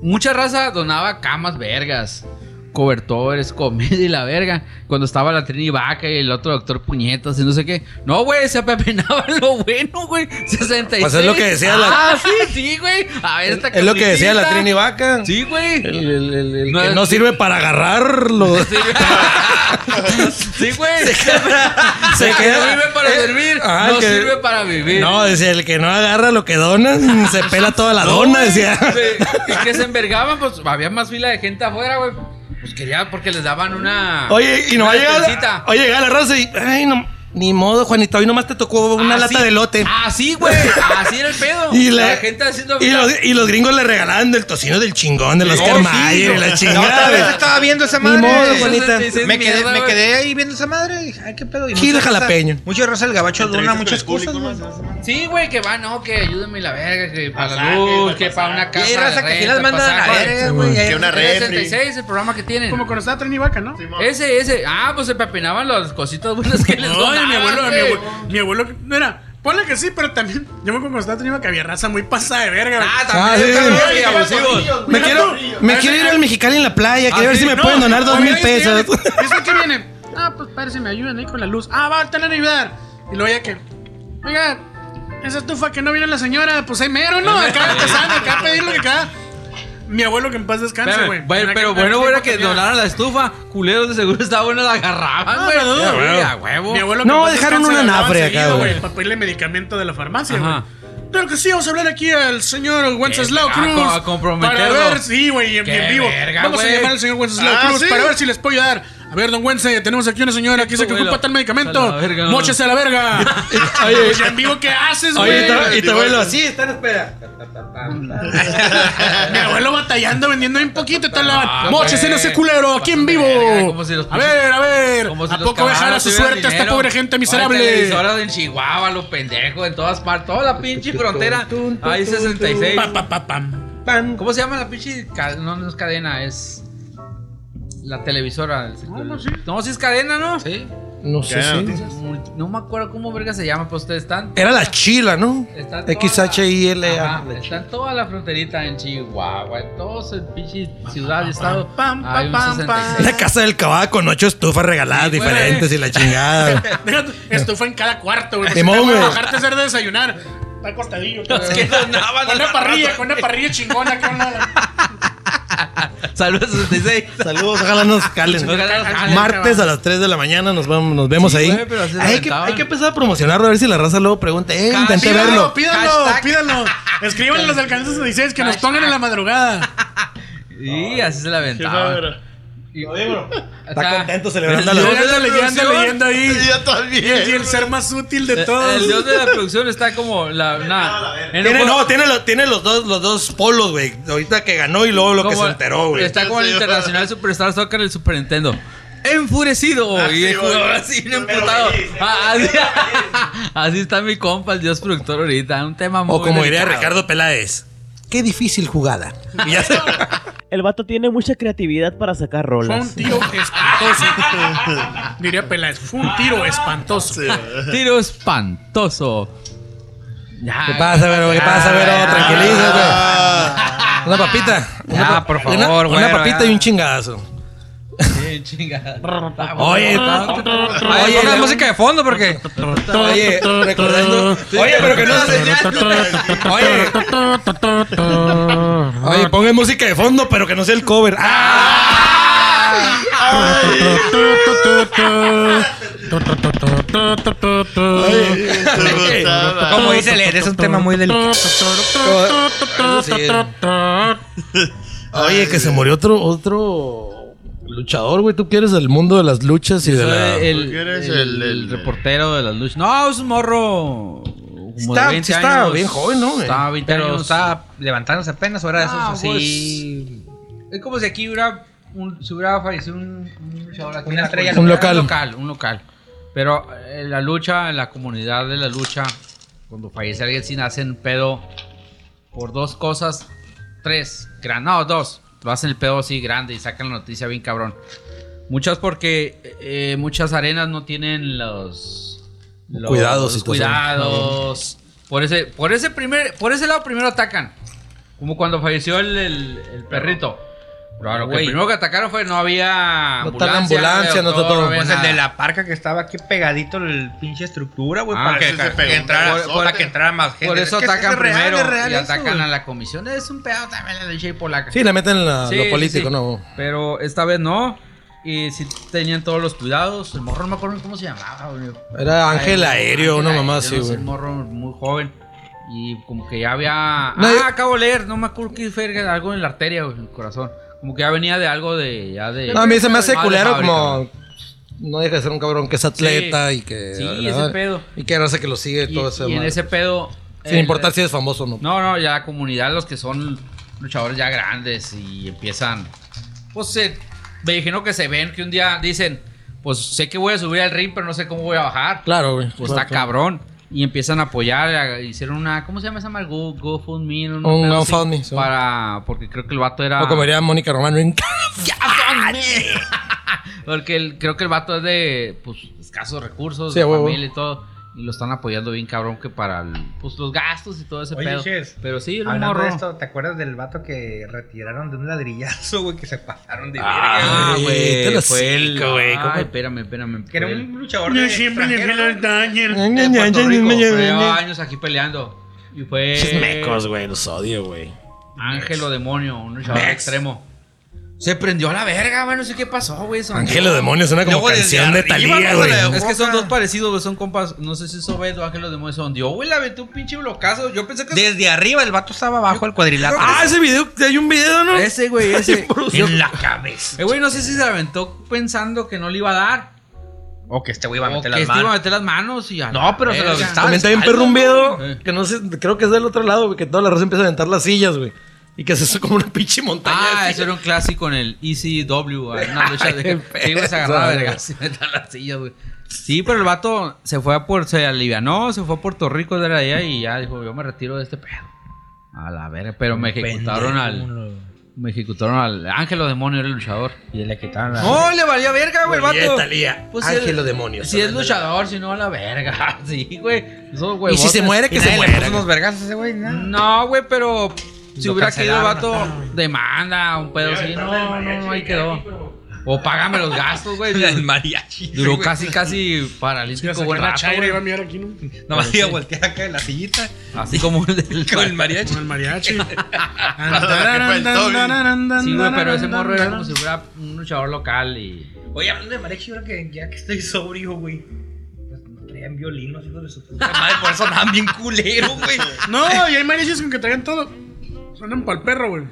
Mucha raza donaba camas vergas, cobertores, comida y la verga. Cuando estaba la Trini Vaca y el otro doctor Puñetas y no sé qué. No, güey, se apepenaba lo bueno, güey. 66.
Pues es lo que decía la-
Ah, sí, sí, güey. A ver, esta
Es lo que decía la
camioneta.
Trini Vaca.
Sí, güey.
El, el- el- el
No
que
es-
no sirve para agarrarlo.
Sí, güey. Sí, güey.
se
El que
queda-
no vive para
eh,
servir,
ajá,
no
el que-
sirve para vivir.
No, decía, el que no agarra lo que donan, se pela toda la dona,
güey.
decía.
Sí, este, Y que se envergaban, pues había más fila de gente afuera, güey. Pues quería porque les daban una.
Oye, y no va a
Una
llegar.
despensita.
Oye, llega la raza y. Ay, no. Ni modo, Juanita, hoy nomás te tocó una
Así-
lata de lote.
Así, Ah, güey. Así era el pedo.
Y
la,
la-
gente haciendo.
Y
fila.
los, y los gringos le regalaban del tocino del chingón, de los Oscar
sí,
Mayer y
no.
la
La otra vez
chingada.
estaba viendo esa
Ni
madre.
modo, Juanita.
Me quedé,
Mierda,
me
güey.
quedé ahí viendo esa madre. Dije, ay, qué pedo. Y
Gil
mucha raza-
jalapeño.
Mucha raza el gabacho dona
Entrevistas
muchas
con el
cosas.
público,
güey.
¿no?
Sí, güey, que va, no, que ayúdenme la verga, que para la
Pasajes,
luz,
el
que para una
Y
casa.
hay raza
de
que sí
renta,
las mandan a la
pasajes.
verga, güey.
Sí,
y hay-
Que una
El
refri.
66, el programa que tienen.
Como cuando estaba Trini Vaca, ¿no?
Ese, ese. Ah, pues se papenaban las cositas buenas que les
No, y
donaban.
mi abuelo, mi
güey.
abuelo, mi abuelo, mira, ponle que sí, pero también, yo me acuerdo cuando estaba Trini Vaca, había raza muy pasada de verga, güey.
Ah,
Ah, sí.
también.
Me
también, abusivos.
Me quiero, me quiero ir al Mexicali en la playa, quiero ver si me pueden donar dos mil pesos.
¿Eso qué viene? Ah, pues padre, si me ayudan ahí con la luz. Ah, va, te van a ayudar. Y luego ya que, oiga, esa estufa que no viene la señora, pues ahí mero, ¿no? Acá te sale, acá a pedirlo que acá. Mi abuelo que en paz descanse,
Espérame,
güey.
bueno,
Tenía
pero
que-
bueno,
tenía
bueno que
tenía- Ah,
donaron la estufa. Culeros de seguro está bueno la agarraban, güey.
no,
Sí,
güey.
a huevo.
Mi abuelo
No,
que en paz
dejaron
descanse,
una
le hablaban
nafre
seguido,
acá, güey.
güey. Para pedirle medicamento de la farmacia,
Ajá.
güey. Claro que sí, vamos a hablar aquí al señor Wenceslao
a
Cruz.
co- a comprometerlo.
Para ver, sí, güey, en,
ah, Qué
en vivo.
verga,
vamos a
güey.
llamar al señor Wenceslao
Ah,
Cruz
¿sí?
para ver si les puedo ayudar. A ver, don Wences, tenemos aquí una señora que se que
abuelo.
ocupa tal
A
medicamento.
la verga.
Móchese a la verga.
Oye.
Pues ya en vivo, ¿qué haces,
Oye,
güey?
y tu- y tu abuelo, sí, está en espera.
Ah,
Mi abuelo batallando, vendiendo un poquito y tal.
Ah,
Móchese en
güey.
ese culero, aquí en vivo.
Verga, como si los
a ver, a ver.
Como si
¿A
los
poco voy a dejar a
cabrones
su
tuvieran
suerte a esta
dinero?
pobre gente
Hay
miserable?
televisoras en Chihuahua, los pendejos, en todas partes. Toda la pinche frontera. Ahí 66.
Pa, pa, pa, pam.
¿Cómo se llama la pinche? ca- No, no es cadena, es. La televisora. el
Ah,
circuito.
no, sí.
No, sí es cadena, ¿no?
Sí.
No sé
Cadena de
si.
noticias.
Multi- No me acuerdo cómo verga se llama, pues ustedes están.
Era la chila, ¿no?
Está toda
XHILA.
Ajá, está en toda la fronterita en Chihuahua, en todos el pinche ciudad y estado.
pam, pam,
hay un
pam, pam.
66.
La casa del caballo con ocho estufas regaladas
Sí, güey.
diferentes y la chingada. güey.
Deja tu- Estufa en cada cuarto, Ah. güey.
Ni
Porque
modo,
voy a
güey.
bajarte a hacer de desayunar. Está acostadillo.
Los que donaban
Con
al
una parrilla,
rato.
con una parrilla chingona. Con una...
Saludos 66.
Saludos, ojalá nos calen.
Ojalá nos calen,
Martes
cabrón.
a las 3 de la mañana nos, vamos, nos vemos
Sí,
ahí.
güey, pero así se
hay, que,
aventaban.
hay que empezar a promocionarlo a ver si la raza luego pregunta. Eh,
Cada
intenté
día,
verlo.
Pídanlo, pídanlo,
Hashtag.
pídanlo. Escríbanle a los alcances 16 que nos pongan en la madrugada.
Y así se la aventaba.
Está contento celebrando
el
la-
dios
Yo
de
ando
la
leyendo,
producción.
leyendo ahí.
Yo también.
Y el ser más útil de todos.
El dios de la producción está como la. na- en un
Tiene,
juego-
no, tiene, lo- tiene los, dos, los dos polos, güey. Ahorita que ganó y luego lo que
como-
se enteró, güey.
Está como el Internacional Superstar Soccer del Super Nintendo. Enfurecido y el jugador así bien emputado. Ah, Así, así está mi compa, el dios productor ahorita. Un tema muy
O como diría
delicado.
Ricardo Peláez. Qué difícil jugada. Y ya se-
El vato tiene mucha creatividad para sacar
Fue un
rolas.
tiro espantoso. Diría Peláez, fue un tiro espantoso.
Tiro espantoso. Ya,
¿Qué pasa, Vero? ¿Qué pasa, Vero?
ya,
Tranquilízate.
Ah,
Una papita.
Ya,
Una pa-
por favor,
una- Una,
güero,
papita
ya.
y un chingadazo.
Sí, chinga.
Oye,
Ay,
Oye,
pongan
la-
música de fondo porque.
Oye, recordando. Oye, pero que no Oye. Oye, pongan música de fondo, pero que no sea el cover. ¡Ah!
te gustaba.
Como dice Led, es un tema muy delicado.
Oye, que se murió otro, otro luchador, güey. Tú quieres el mundo de las luchas y de la.
el,
qué eres
el-
el-
el
el-
reportero de las luchas. No, es un morro. Como
Está- sí está bien joven, ¿no, güey?
Estaba 20
Pero
años.
está levantándose apenas, o era de esos
Ah,
así.
Es como si aquí hubiera un, si hubiera fallecido un, un luchador aquí en
Una
la
estrella
comunidad.
Un local.
Un local, un local. Pero eh, la lucha, en la comunidad de la lucha, cuando fallece alguien sin hacen pedo por dos cosas, tres, gran, no, dos. Lo hacen el pedo así grande y sacan la noticia bien cabrón. Muchas porque eh, muchas arenas no tienen los, los
Cuidados y cosas.
los cuidados. Por ese, por ese primer, por ese lado primero atacan. Como cuando falleció el, el- el perrito. Claro, que
Güey.
el primero que atacaron fue no había
No está la ambulancia, no está todo.
había
Pues el
nada.
de la parca que estaba aquí pegadito el pinche estructura, güey,
Ah,
para,
ese
que,
se
para
pegó
que
un
entrara,
pedazote.
para que entrara más gente.
Por eso
Es que
atacan
es real,
primero
es real
y
eso,
atacan
güey.
a la comisión. Es un pedo también la leche polaca.
Sí, le meten en la-
Sí,
lo político,
sí, sí.
¿no?
Pero esta vez no. Y sí tenían todos los cuidados. El morro no me acuerdo cómo se llamaba. güey.
Era Ángel
Ay,
Aéreo, una
Ángel
mamá
Aéreo,
así,
no sé,
güey.
Un morro muy joven. Y como que ya había.
No,
ah,
yo-
acabo de leer. No me acuerdo qué fue. Algo en la arteria, güey, en el corazón. Como que ya venía de algo de. Ya de
No, a mí se me hace
Madre
culero
fábrica, güey.
como. No deja de ser un cabrón que es atleta y que.
Sí,
la
ese
verdad,
pedo.
Y que no sé que lo sigue y
Y,
todo eso.
y en ese eh, pedo.
Sin
el-
importar si es famoso o no.
No, no, ya la comunidad, los que son luchadores ya grandes y empiezan. Pues se, me dijeron que se ven que un día dicen: Pues sé que voy a subir al ring, pero no sé cómo voy a bajar.
Claro, güey.
Pues
Claro,
está cabrón. Y empiezan a apoyar, a- hicieron una, ¿cómo se llama esa mal? Go, GoFundMe. una
Un
pedo así,
GoFundMe, sí.
Para, porque creo que el vato era...
O como diría Mónica Román,
Eh.
un
Porque el- creo que el vato es de, pues, escasos recursos,
Sí,
de
a huevo.
familia y todo. Y lo están apoyando bien cabrón que para, el- pues, los gastos y todo ese
Oye,
pedo.
Ches,
Pero sí, el
Hablando
morro.
de esto, ¿te acuerdas del vato que retiraron de un ladrillazo, güey, que se pasaron de verga?
Ah,
Ay, te
güey,
lo
fue el...
hocico, güey, ¿cómo?
Ay, espérame, espérame.
Que era
fue
un
el-
luchador
Yo
de
siempre le vi
extranjero,
los
¿no?
Daniel.
de Puerto Rico, pero lleva años aquí peleando. Y fue...
Mecos, güey, los odio, güey.
Ángel o demonio, un luchador extremo. Se prendió a la verga, güey. No sé qué pasó, güey. eso.
Ángel o demonio suena como
Luego desde
canción de
arriba,
Talía,
luego
güey.
le-
Es que son
Boca.
dos parecidos, güey. Son compas. No sé si es Obed o Ángel o demonio. Son Dios, güey. La aventó un pinche blocazo. Yo pensé que.
Desde arriba el vato estaba abajo el cuadrilátero.
Ah, ese video, hay un video, ¿no?
Ese, güey, ese.
en la cabeza.
Eh, güey, no sé si se la aventó pensando que no le iba a dar.
O que este güey iba a
o que
meter las
este iba a
manos.
meter las manos y ya.
No, pero se lo aventaba.
También está bien perro un video
Eh.
que no sé, creo que es del otro lado, güey, que toda la raza empieza a aventar las sillas, güey. Y que se hace como una pinche montaña.
Ah,
de
eso
sillas.
era un clásico en el E ECW. güey, Una lucha de
Ay,
que
qué
te ibas a agarrar a
pedo.
eh.
vergas y meter las sillas, güey. Sí, pero el vato se fue a Puerto, se alivianó, se fue a Puerto Rico de allá y ya dijo, yo me retiro de este pedo. A la verga, pero me ejecutaron al, Me ejecutaron al Ángelo Demonio, era el luchador.
Y le quitaron la.
No, le valió verga, güey, el
Oye,
vato.
Talía,
Pues
ángel
el-
o demonio.
Si es luchador, si no, a la verga. Sí, güey. Esos
Y si
huevotes.
se muere, que
Y
se
nadie le puso
muera.
unos vergazos a ese güey, nada.
No, güey, pero si
Lo
hubiera caído el vato,
cancelaron
demanda, un pedo así. No, no, no, ahí quedó. O págame los gastos, güey.
El mariachi.
Duró
güey.
casi, casi
Sí, o
paralítico
sea,
buen
que la
rato,
chaira
güey.
iba a mirar aquí, ¿no?
Nomás iba a voltear acá en la sillita
Así como el del...
con el mariachi.
Con el mariachi.
Sí,
Sí,
güey, pero ese morro era como si fuera un luchador local y...
Oye, hablando de mariachi, ahora que ya que estoy sobrio, güey. pues, Traían violinos, hijos de su puta madre, por eso andaban bien culero, güey.
No, y hay mariachis con que traían todo. Suenan pa'l perro, güey.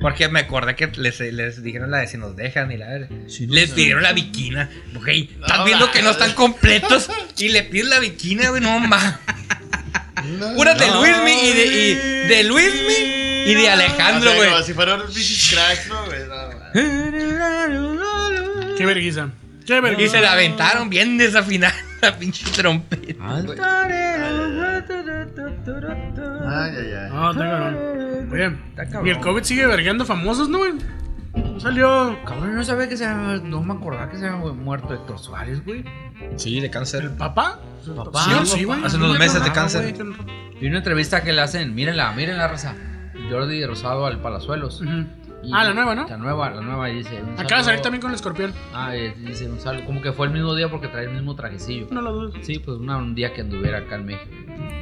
Porque me acordé que les, les dijeron la de si nos dejan y la verga. les pidieron la biquina. Güey, estás
No,
viendo
la-
que no están completos y le piden la biquina, güey, no mames. Una de Luismi y de, y de Luismi y de Alejandro,
O sea,
güey.
como Si fueran unos bichis cracks, ¿no, güey? No, güey.
Qué vergüenza. Qué
Y
vergüenza.
se la aventaron bien desafinada la pinche trompeta.
Ay, ay, ay.
No, está cabrón. Oye,
cabrón.
y el COVID sigue vergueando famosos, ¿no, güey? No Salió.
Cabrón, no sabía que se había... No me acordaba que se había muerto Héctor Suárez, güey.
Sí, de cáncer.
¿Papá?
Papá,
Sí, sí,
papá.
güey.
Hace unos meses de
mamá,
cáncer.
güey. Y una entrevista que le hacen, mírenla, mírenla, raza. Jordi Rosado al Palazuelos.
Ujú.
Y-
Ah, la nueva, ¿no?
La nueva, la nueva, y dice. un
Acaba de salir
saludo-
también con el escorpión.
Ah, eh, dice un saludo. Como que fue el mismo día porque trae el mismo trajecillo.
No lo dudes.
Sí, pues una- un día que anduviera acá en México.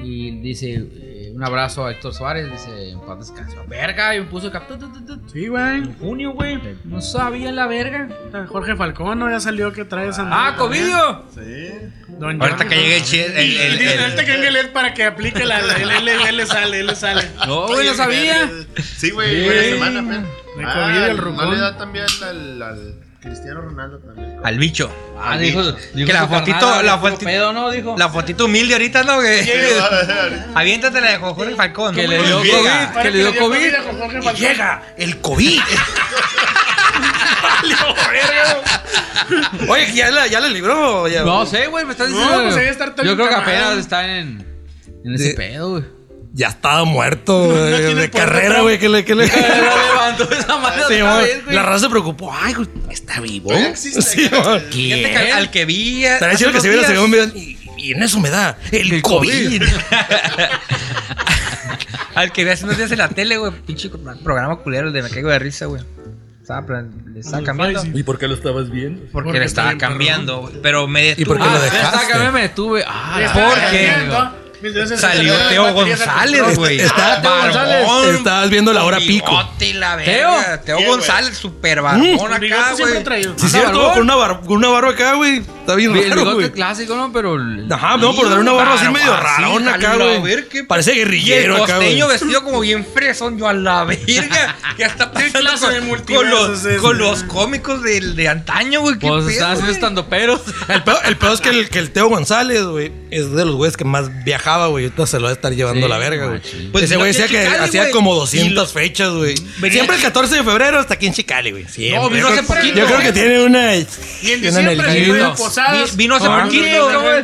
Y dice, eh, un abrazo a Héctor Suárez, dice, en paz descanse. Verga, y me puso acá. tu, tu, tu, tu.
Sí, güey.
En junio, güey. No sabía la verga.
Jorge Falcón, ¿no? Ya salió que trae esa.
Ah, Covidio.
Sí.
Don
Ahorita
Jorge.
que llegue el che- el-
Y-
el-
y dicen,
el-
ahorita que venga el Ed para que aplique la. la- Él él- él le sale, él le sale.
No, güey, no sabía.
Sí, güey, una semana, apenas.
Me comí el
no
rucón.
le da también al, al Cristiano Ronaldo también.
Al bicho.
Ah, dijo, dijo
que la
su
fotito-
carnala,
la
dijo,
fotito-
pedo, ¿no? Dijo.
La fotito humilde ahorita, ¿no? Que... Aviéntatela de Jorge Falcón.
que le
¿Cómo
dio
llega?
COVID. Que le dio COVID.
a Jorge Falcón.
Llega el COVID.
Oye, que ya la, ya la libró. ya-
No sé, güey, me estás diciendo.
pues ahí está todo
Yo creo que
encamado.
apenas está en, en ese
De-
pedo, güey.
Ya estaba muerto, güey,
tiene
de
puerta
carrera,
atrás.
güey. Que le, que le...
levantó esa madre
Sí,
otra
güey.
vez, güey.
la raza se preocupó. Ay, güey, está vivo.
Todavía existe.
Sí, güey.
Fíjate que al- al que vi.
Estaría
hace
chido que
unos
se viera,
días,
se vea un video. Y, y en eso me da el, COVID.
Al que vi hace unos días en la tele, güey. Pinche programa culero el de Me Caigo de Risa, güey. Estaba, plan- le estaba cambiando.
Faisy.
¿Y por qué lo estabas viendo?
Porque,
Porque
le estaba
está bien
cambiando, güey. Pero me detuve.
¿Y por qué
Ah,
lo
ya
dejaste?
está, cabrón, me detuve. Ah,
Le
la
estaba
¿Por qué?
cambiando. Mis dioses
Salió
se
Teo
le-
González, güey.
Está-
Barbón,
González. Estabas viendo la hora pico.
bigote y la verga. Teo
Sí, güey.
González, super
Uh,
barbón
Un bigote
acá,
siempre
güey.
ha traído.
Sí, cierto,
barbón.
con una, bar- con una barba acá, güey. Está bien
El
raro,
bigote
güey.
clásico, ¿no? Pero. el-
Ajá, no, por dar una barba así
Barba
medio
así,
rarón acá,
jalo, a
güey.
ver qué-
Parece
Y el
guerrillero acá, güey.
costeño vestido como bien fresón, yo a la verga. ¿Qué está pasando
clase de
con, con
multiverso
los,
es ese,
con
güey?
los cómicos del de antaño, güey? ¿Qué
Pues
pedo,
están haciendo
güey?
estandoperos.
El peor, el peor es que el, que el Teo González, güey, es de los güeyes que más viajaba, güey. Ahorita se lo va a estar llevando
Sí,
la verga, güey.
machín.
Pues
Ese
vino
güey
aquí a
decía que
Chicali,
hacía
güey.
como
Y
200 fechas, güey.
Venía-
Siempre el 14 de febrero hasta aquí en Chicali, güey. Siempre.
No, vino
Yo
hace
creo-
poquito,
Yo creo que
güey.
tiene una.
Y en
tiene
diciembre
una
se fue de
liguilla.
posadas.
Vi- vino hace
Con-
poquito,
con-
güey.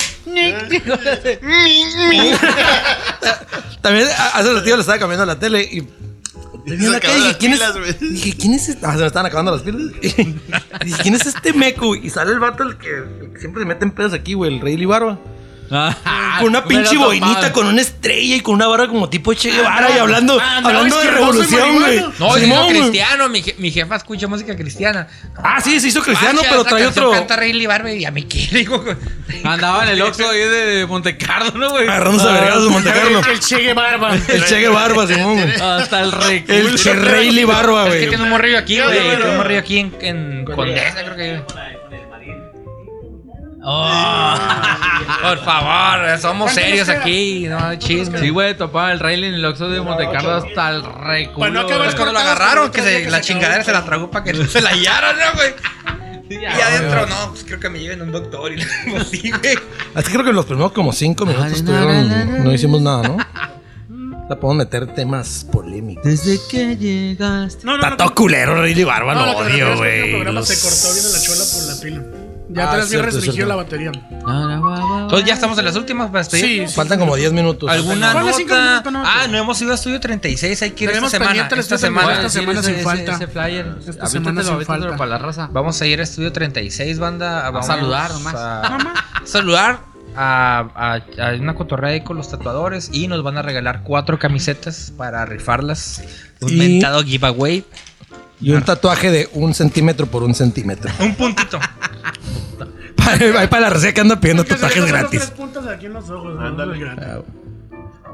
También a- hace ratito le estaba cambiando la tele y.
Se
Vi en la calle,
acabaron
dije,
las
¿quién es?
pilas, güey.
Dije, ¿quién es este? Ah, se me estaban acabando las pilas. dije, ¿quién es este meco? Y sale el vato el que, el que siempre se mete en pedos aquí, güey, el Rey Libarba.
Ajá,
con una
me lo
pinche
topaba.
boinita, con una estrella y con una barra como tipo Che Guevara
no.
y hablando,
Ah, andaba
hablando de
izquierdoso y
revolución, güey.
marihuano.
No,
Simón,
vino
güey.
cristiano. Mi, je- mi jefa escucha música cristiana.
Ah, sí, se hizo cristiano,
Guacha,
pero
esa
trae
canción
otro.
Canta Rayleigh Barbe y a mí qué, digo.
Andaba en el Oxxo ahí de Montecarlo, ¿no, güey? Ah,
Agarrándose a vergados de Monte Carlo.
El Che Guevara.
El Che Guevara, Simón, güey.
Hasta el rey.
El Che Rey Barba,
Es que
güey.
tiene un morrillo aquí, güey.
bueno.
Tiene un morrillo aquí en, en Condesa, creo que. Oh, Por favor, somos serios aquí. No, chisme.
Sí, güey, topaba el rey en el Oxxo de Montecarlo hasta el rey.
Pues no acabas
cuando lo
cortadas,
agarraron,
pero
que
otro día
se-
que
la
se
chingadera
acabó.
se la tragó para que no se la hallaran, ¿no, güey?
Sí,
Y
ya,
adentro, no, pues creo que me lleven un doctor y la sí, güey.
Así creo que los primeros como cinco minutos
Ay, na,
estuvieron.
na, na, na.
No hicimos nada, ¿no? La podemos meter temas polémicos.
Desde que llegaste.
No, no,
Está
no.
todo culero, Rey Barba,
No,
lo
lo que me refiero
Ah, odio,
es que el
güey.
programa
Los-
Se cortó bien en la chola por la pila. Ya
Ah,
atrás bien
cierto,
restringido
cierto.
la batería.
Na, na, wa, wa,
Entonces ya estamos en las últimas para despedir.
Sí, pues, sí.
Faltan como 10 minutos.
¿Alguna
¿Cuál es cinco
nota?
minutos, no?
Ah, no hemos ido a Estudio 36, hay que ir esta
Tenemos
semana.
pendiente el
Esta
Estudio
semana,
36.
sí,
semana
ese-
sin
ese-
falta.
Ese
Esta
flyer.
semana sin
Aviéntatelo, aviéntatelo
falta.
para la raza.
Vamos a ir a Estudio 36, banda. Vamos
saludar nomás.
A, saludar a, a- a una cotorrea ahí con los tatuadores y nos van a regalar cuatro camisetas para rifarlas. Un
Y-
mentado giveaway.
Y un tatuaje de un centímetro por un centímetro.
Un puntito.
Para, ahí para la reseca anda pidiendo tatuajes
Son
gratis.
tres puntas aquí en los ojos, ¿no?
Ándale.
Gratis.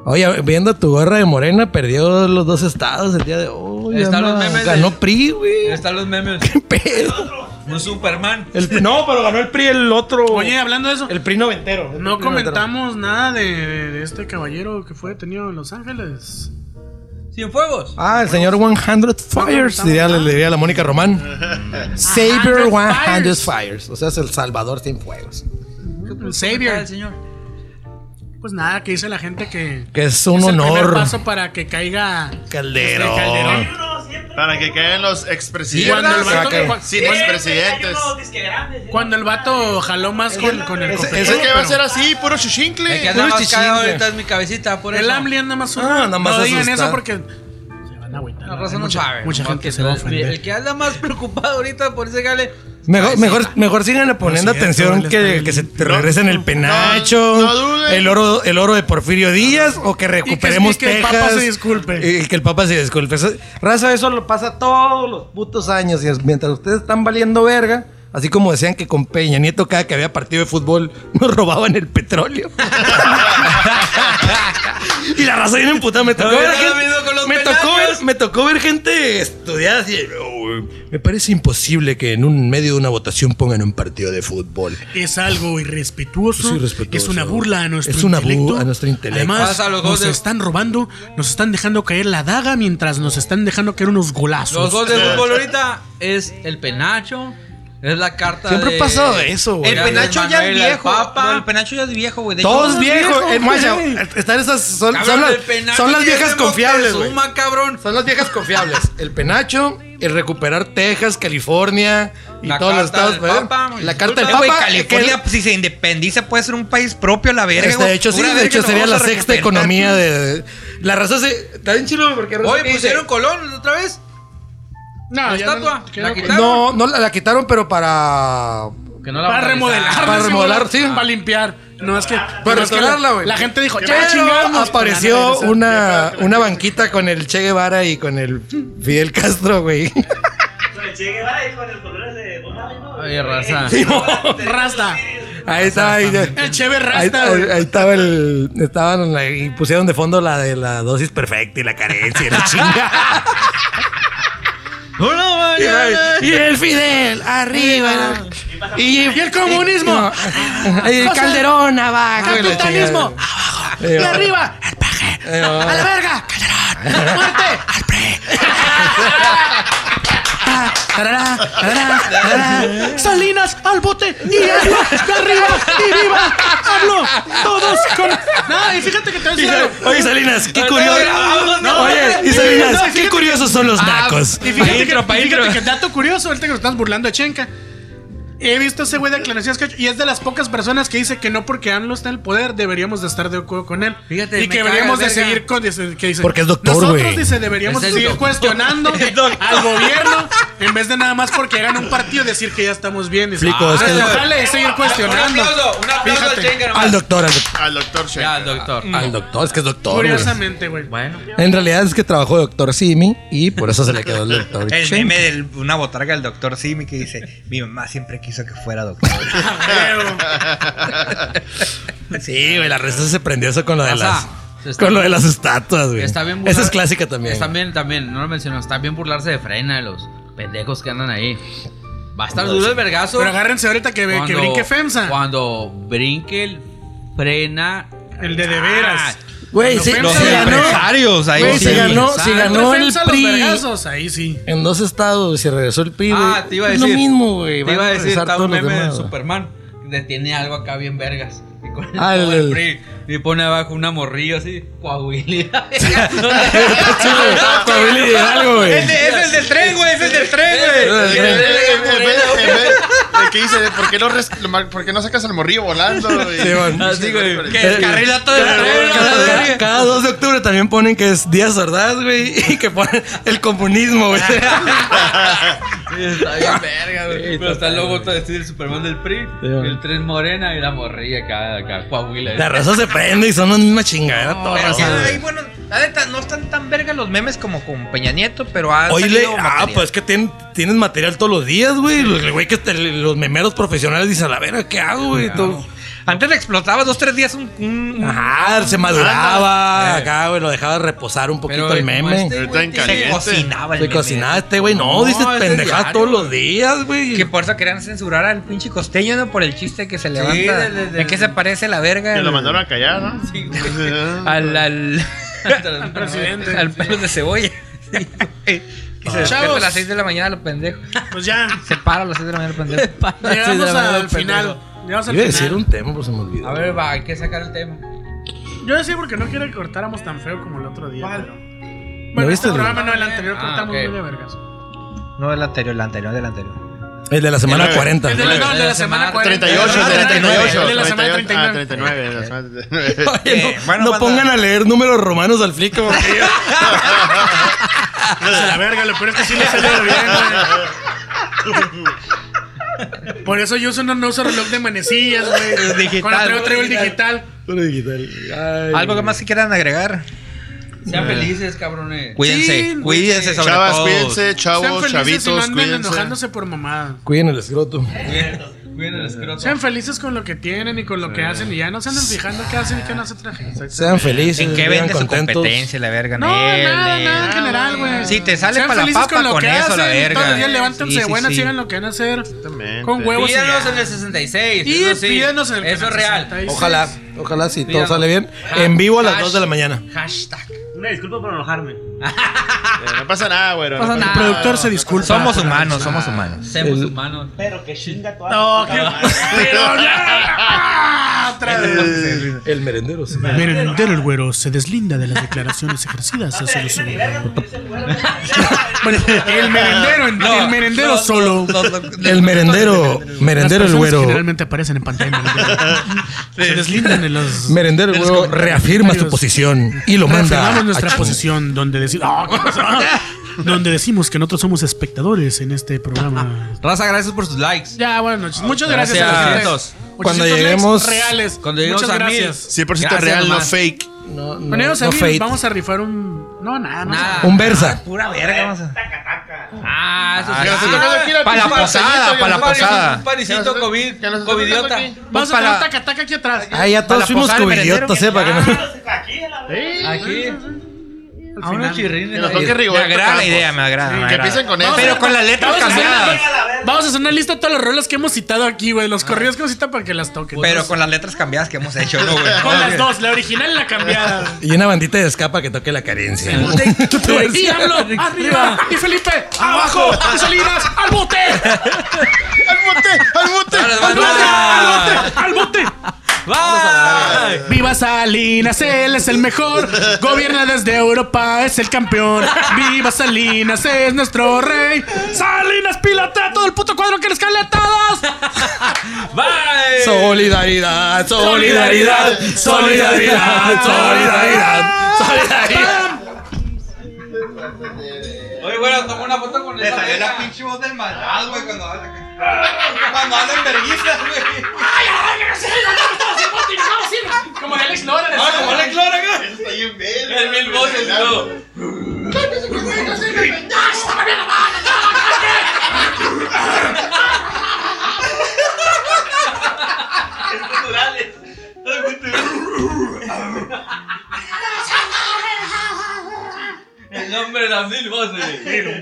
Oye, viendo tu gorra de morena, perdió los dos estados el día de hoy.
Están los
anda-
memes
ganó
de-
PRI, güey.
Están los memes.
¿Qué pedo?
Un Superman.
El- no, pero ganó el PRI el otro.
Oye, hablando de eso,
Oh. el PRI noventero. El
no
PRI noventero.
comentamos nada de, de este caballero que fue detenido en Los Ángeles.
Sin fuegos.
Ah, el señor 100 Fires, diría, le diría la Mónica Román. Saber 100 Fires. O sea, es el Salvador sin fuegos.
El
El
Savior.
señor.
Pues nada, que dice la gente que.
Que es un
es el primer
honor.
paso para que caiga.
Calderón.
este Calderón.
Para que caigan los
Y cuando
expresidentes.
el vato,
Saca.
cua-
Sin expresidentes.
cuando el vato jaló más con, con el
ese-
copetón,
Ese que va a
pero-
ser así, puro chichincle.
El que anda
Puro
más cagado
chichincle.
ahorita es mi cabecita. Por
El
eso.
AMLI anda más
Ah, anda más
No digan
asustado.
eso porque. Se van a agüitar.
La
Hay
raza no
mucha,
sabe.
Mucha
nomás
gente
que
se va a
el-
ofender.
El que anda más preocupado ahorita por ese gale.
Mejor, mejor, mejor sigan poniendo
cierto,
atención
les
que,
doy-
que se te regresen el penacho,
no duden.
el oro, el oro de Porfirio Díaz o que recuperemos
y que el
Texas. Eh,
Papa se disculpe.
Y que el Papa se disculpe. Eso- Raza, eso lo pasa todos los putos años. Y es- mientras ustedes están valiendo verga, así como decían que con Peña Nieto cada que había partido de fútbol nos robaban el petróleo. y la raza viene emputada. Me tocó
No,
ver
no,
gente-
lo mismo con los
me tocó ver-
penachos.
me tocó ver gente estudiada así. "Oh, me parece imposible que en un medio de una votación pongan un partido de fútbol.
Es algo irrespetuoso,
Es irrespetuoso.
Es una burla a nuestro
Es una bu-
intelecto.
a nuestro intelecto.
Además,
Pasa los
nos
goles.
están robando, nos están dejando caer la daga mientras nos están dejando caer unos golazos.
Los dos de fútbol ahorita es el penacho. Es la carta.
Siempre
de-
ha pasado eso, güey.
El
Gabriel
penacho ya es
Manuel, al
viejo.
Papa.
No, El penacho ya es viejo, güey. De eh, hecho,
Todos
no-
viejos.
viejos,
Es más, ya-
güey.
están esas. Son,
Cabrón,
son las,
el penacho
son las
ya
viejas
vemos
confiables,
que
güey.
Suma, cabrón.
Son las viejas confiables. El penacho, el recuperar Texas, California y
La
todos los
carta
estados.
del
¿verdad?
Papa,
la carta del
Eh, güey,
Papa.
California,
que-
si se independiza, puede ser un país propio a la verga.
este,
güey.
de hecho, sí,
Pura
de
verga
hecho
nos
sería la
vamos a
sexta
recuperar.
economía de. La raza se. Está bien chido porque raza
Hoy
pues,
que dice-
pusieron Colón otra vez.
No,
la
ya
estatua,
no-
la
quedó-
quitaron.
No, no la, la quitaron, pero para.
Que no la
Para
van a
remodelar.
realizar.
Para
sí,
remodelar, sí.
Para limpiar. No es que.
Para
no es que
restaurarla,
la-
güey.
La gente dijo, ya
Pero
chingamos. Van a
apareció
regresar.
una, una banquita con el Che Guevara y con el Fidel Castro, güey.
Oye, raza.
Rasta.
Ahí estaba, ahí,
El cheve
ahí,
rasta.
ahí- ahí estaba el. Estaban ahí, pusieron de fondo la de la dosis perfecta y la carencia y la chinga. y el Fidel, arriba. Y, el comunismo. Y el Calderón abajo. y la chingada.
Capitalismo.
Eh,
Abajo. Y arriba. El paje.
Eh,
A la verga. Calderón. Muerte. Al pre.
tarará, tarará, tarará.
Salinas al bote y arriba, y arriba y viva. Hablo todos con. No, y fíjate que te voy a decir algo.
Oye, Salinas, qué
No,
curioso.
no, no,
Oye, y
no,
Salinas, qué
fíjate-
curiosos son los nacos.
Y fíjate, que, fíjate que dato curioso, ahorita que nos estás burlando de Chenca. He visto ese güey de declaraciones que ha hecho, y es de las pocas personas que dice que no porque AMLO está en el poder deberíamos de estar de acuerdo con él.
Fíjate,
y
me
que deberíamos
caga,
de
verga.
seguir con dice- que dice,
Porque es doctor,
Nosotros
güey.
dice deberíamos
Es el
seguir
doctor.
cuestionando al gobierno en vez de nada más porque hagan un partido decir que ya estamos bien. Dice,
Flico, es
"Ah,
que-
ojalá es seguir
Un
cuestionando.
aplauso, un aplauso al
Fíjate.
Chenga nomás.
Al doctor, al doctor.
Al doctor Shen.
Ya, al doctor.
Al doctor, es que es doctor. güey.
Curiosamente, güey.
Bueno.
En realidad es que trabajó de doctor Simi y por eso se le quedó el doctor.
El
Chen.
meme de una botarga del doctor Simi que dice: Mi mamá siempre quiso que fuera doctor.
Sí, güey, la raza se prendió eso con lo de
Raza,
las.
se está-
Con lo de las estatuas, güey.
Está bien
Esa
burlar-
es clásica también.
Está bien, también, no lo menciono. Está bien burlarse de frena de los pendejos que andan ahí. Va a estar duro el vergazo.
Pero agárrense ahorita que, ve- que
cuando-
brinque FEMSA.
Cuando brinque el frena.
El de de veras.
Ah,
Güey,
Los
sí,
FEMSA
sí
ganó.
empresarios ahí
Güey,
sí.
se ganó, se
Santo
ganó el
FEMSA los
PRI.
vergazos, ahí sí.
En dos estados se regresó el PRI,
Ah,
güey.
te iba a
Es
decir.
lo mismo, güey.
Te
Van
iba a decir,
regresar
está
todos
un
los
meme de
demás, güey.
Superman. Que tiene algo acá bien vergas. Y con el
Ah, el-
logo del
el-
PRI, Y pone abajo una morrilla así, coagilidad.
Sí, güey, Coahuila y Hidalgo, güey.
Es el del tren, güey. Es el del tren,
El- el- el- el-
En vez- en vez- El que dice, ¿por qué no, res- lo mar- por qué no sacas al morrillo volando? güey?
Sí, man.
Así, güey.
Que
Eh,
descarrila todo el tren, la
Cada,
verga.
cada 2 de octubre también ponen que es Díaz Ordaz, güey, y que ponen el comunismo, güey.
Está bien verga, güey. Pero está el logo todo así del Superman del PRI,
man.
el tren morena y la morrilla acá, acá Coahuila.
La raza se prende y son las mismas chingaderas todas.
Pero sí,
güey.
ay, bueno, la neta, no están tan vergas los memes como con Peña Nieto, pero ha
Oye,
salido
le- ah,
material.
pues que tienen, tienes material todos los días, güey. El güey que te- los memeros profesionales dicen, a la verga, ¿qué hago, güey? Todo-
Antes le explotaba dos, tres días un... un-
Ajá, se maduraba acá, güey, lo dejaba reposar un poquito
Pero,
el
como
meme.
este,
Ahorita en
güey,
se
caliente.
cocinaba el
Se
meme.
cocinaba este güey, no,
No,
dices
es de
pendejadas
diario,
todos
güey.
los días, güey.
Que por eso querían censurar al pinche costeño, ¿no? Por el chiste que se levanta.
de- de- de-
¿En qué se parece la verga?
Que lo
al-
mandaron a callar, ¿no?
Sí, güey.
Al, al,
Al
presidente.
al pelo de cebolla.
Ah.
Sí, güey. que se despierta a
Chavos.
las 6 de la mañana, los pendejos.
Pues ya,
Se para a las 6 de la mañana, los pendejos.
llegamos al final. Llegamos al
Iba
final.
a decir un tema, pero se me olvidó.
A ver, va, hay que sacar el tema.
Yo decía porque no quiero que cortáramos tan feo como el otro día. pero- Bueno,
¿No
este
viste el-
programa no, el anterior
Ah,
cortamos
ok.
muy de vergas.
No el anterior, el anterior, del anterior.
El de la semana
El-
40.
El de la, no, el de la semana 40.
38,
Ah,
38.
El de la semana
38,
39.
Ah, 39. la semana 39.
Oye, no-
Eh, bueno,
no
banda.
pongan a leer números romanos al flico. porque yo-
A la verga, lo peor es que sí le salió bien, güey. Por eso yo uso- no, no uso reloj de manecillas, güey.
digital.
Cuando traigo, traigo el digital.
¿Algo más que quieran agregar?
Sean felices, cabrones.
Cuídense,
Sí,
cuídense sobre
Chavas,
todo.
cuídense,
Sean
chavos,
felices y no
chavitos,
anden
cuídense.
enojándose por mamadas.
Cuiden el escroto.
Cuiden el escroto.
Sean felices con lo que tienen y con lo que hacen y ya no se anden fijando qué hacen y qué no hace otra gente.
Sean felices.
¿En qué
vivan
vende su
contentos.
competencia, la verga?
No,
Nel,
nada,
Nel.
nada en general, güey.
Ah, Si te sale
Sean
para la
felices
papa,
con, lo
con
que
eso, la
hacen,
verga.
Todos los días levántense
Sí, sí,
buenas,
sí.
sigan lo que van a hacer.
Exactamente.
Con huevos y
Pídanos
ya.
en el 66.
Y
eso sí.
pídanos en el
Eso
canal
es real.
66.
Ojalá, ojalá si todo
Díganos.
sale bien.
Ah,
En vivo a las
hash.
2 de la mañana.
Hashtag.
Una disculpa por enojarme.
Eh, No pasa nada, güey. No
pasa nada.
Productor se disculpa.
Somos humanos, somos humanos.
Seamos humanos.
Pero que chinga toda.
No,
su puta
qué-
madre.
Pero ya. Otra vez.
El merendero, sí.
Miren, el del güero se deslinda de las declaraciones ejercidas hacia los El merendero, en- el merendero solo.
El merendero, merendero
Las
el
personas que
güero.
Generalmente aparecen en pantalla. Se deslindan de los.
Merendero el
de los
güero
comentarios.
reafirma su posición y lo manda.
Reafirmamos
a
nuestra
chingar.
posición donde ah, decimos. donde decimos que nosotros somos espectadores en este programa.
Raza, gracias por sus likes.
Ya, buenas noches. Muchas gracias,
Gracias.
a los
Ochocientos.
likes.
Cuando
Ochocientos likes
lleguemos-
reales.
Cuando lleguemos
Muchas
a mil.
gracias.
100%
Gracias
real, no
nomás.
fake.
No, no,
Con ellos a
no
mil
fade.
vamos a rifar un. No, nada, no.
Nada.
Un versa.
Ah, Pura verga, vamos a...
Taca, taca.
Ah, eso
Ah,
sí.
sí.
Ah,
Para la posada, para la posada.
Un parisito COVID, covidiota.
Vamos
Pues
a
para-
hacer un taca-taca aquí atrás.
Ah,
Para
ya todos
la
fuimos
posada del
covidiotas,
merendero.
sepa que no.
Aquí, a la vez.
Aquí. A unos
Que
chirrines.
nos toque
ahí.
Me
Rigoberto
agrada la
Campos.
idea, me agrada. me
que
agrada.
empiecen con eso.
Pero con las letras
Vamos a hacer una-
cambiadas.
Vamos a hacer una lista de todas las rolas que hemos citado aquí, güey. Los corridos que hemos citado para que las toquen.
Pero con las letras cambiadas que hemos hecho, ¿no, güey?
Con las dos, la original y la cambiada.
Y una bandita de escapa que toque la carencia.
Y Diablo, arriba. Y Felipe, abajo. Y Salinas, al bote.
¡Al bote! ¡Al bote!
Al bote, al bote, al bote.
Bye.
Viva Salinas, él es el mejor. Gobierna desde Europa, es el campeón. Viva Salinas, es nuestro rey. Salinas, pilotea todo el puto cuadro que les cae a todos.
Bye.
Solidaridad, solidaridad, solidaridad, solidaridad, solidaridad.
Oye, bueno, toma una foto con esa vela.
pinche voz del maldad, güey, cuando habla. Cuando habla en vergüenza, güey.
Como Alex Lora.
Ah, como Alex Lora, güey.
El mil voces, no. El nombre de las mil voces.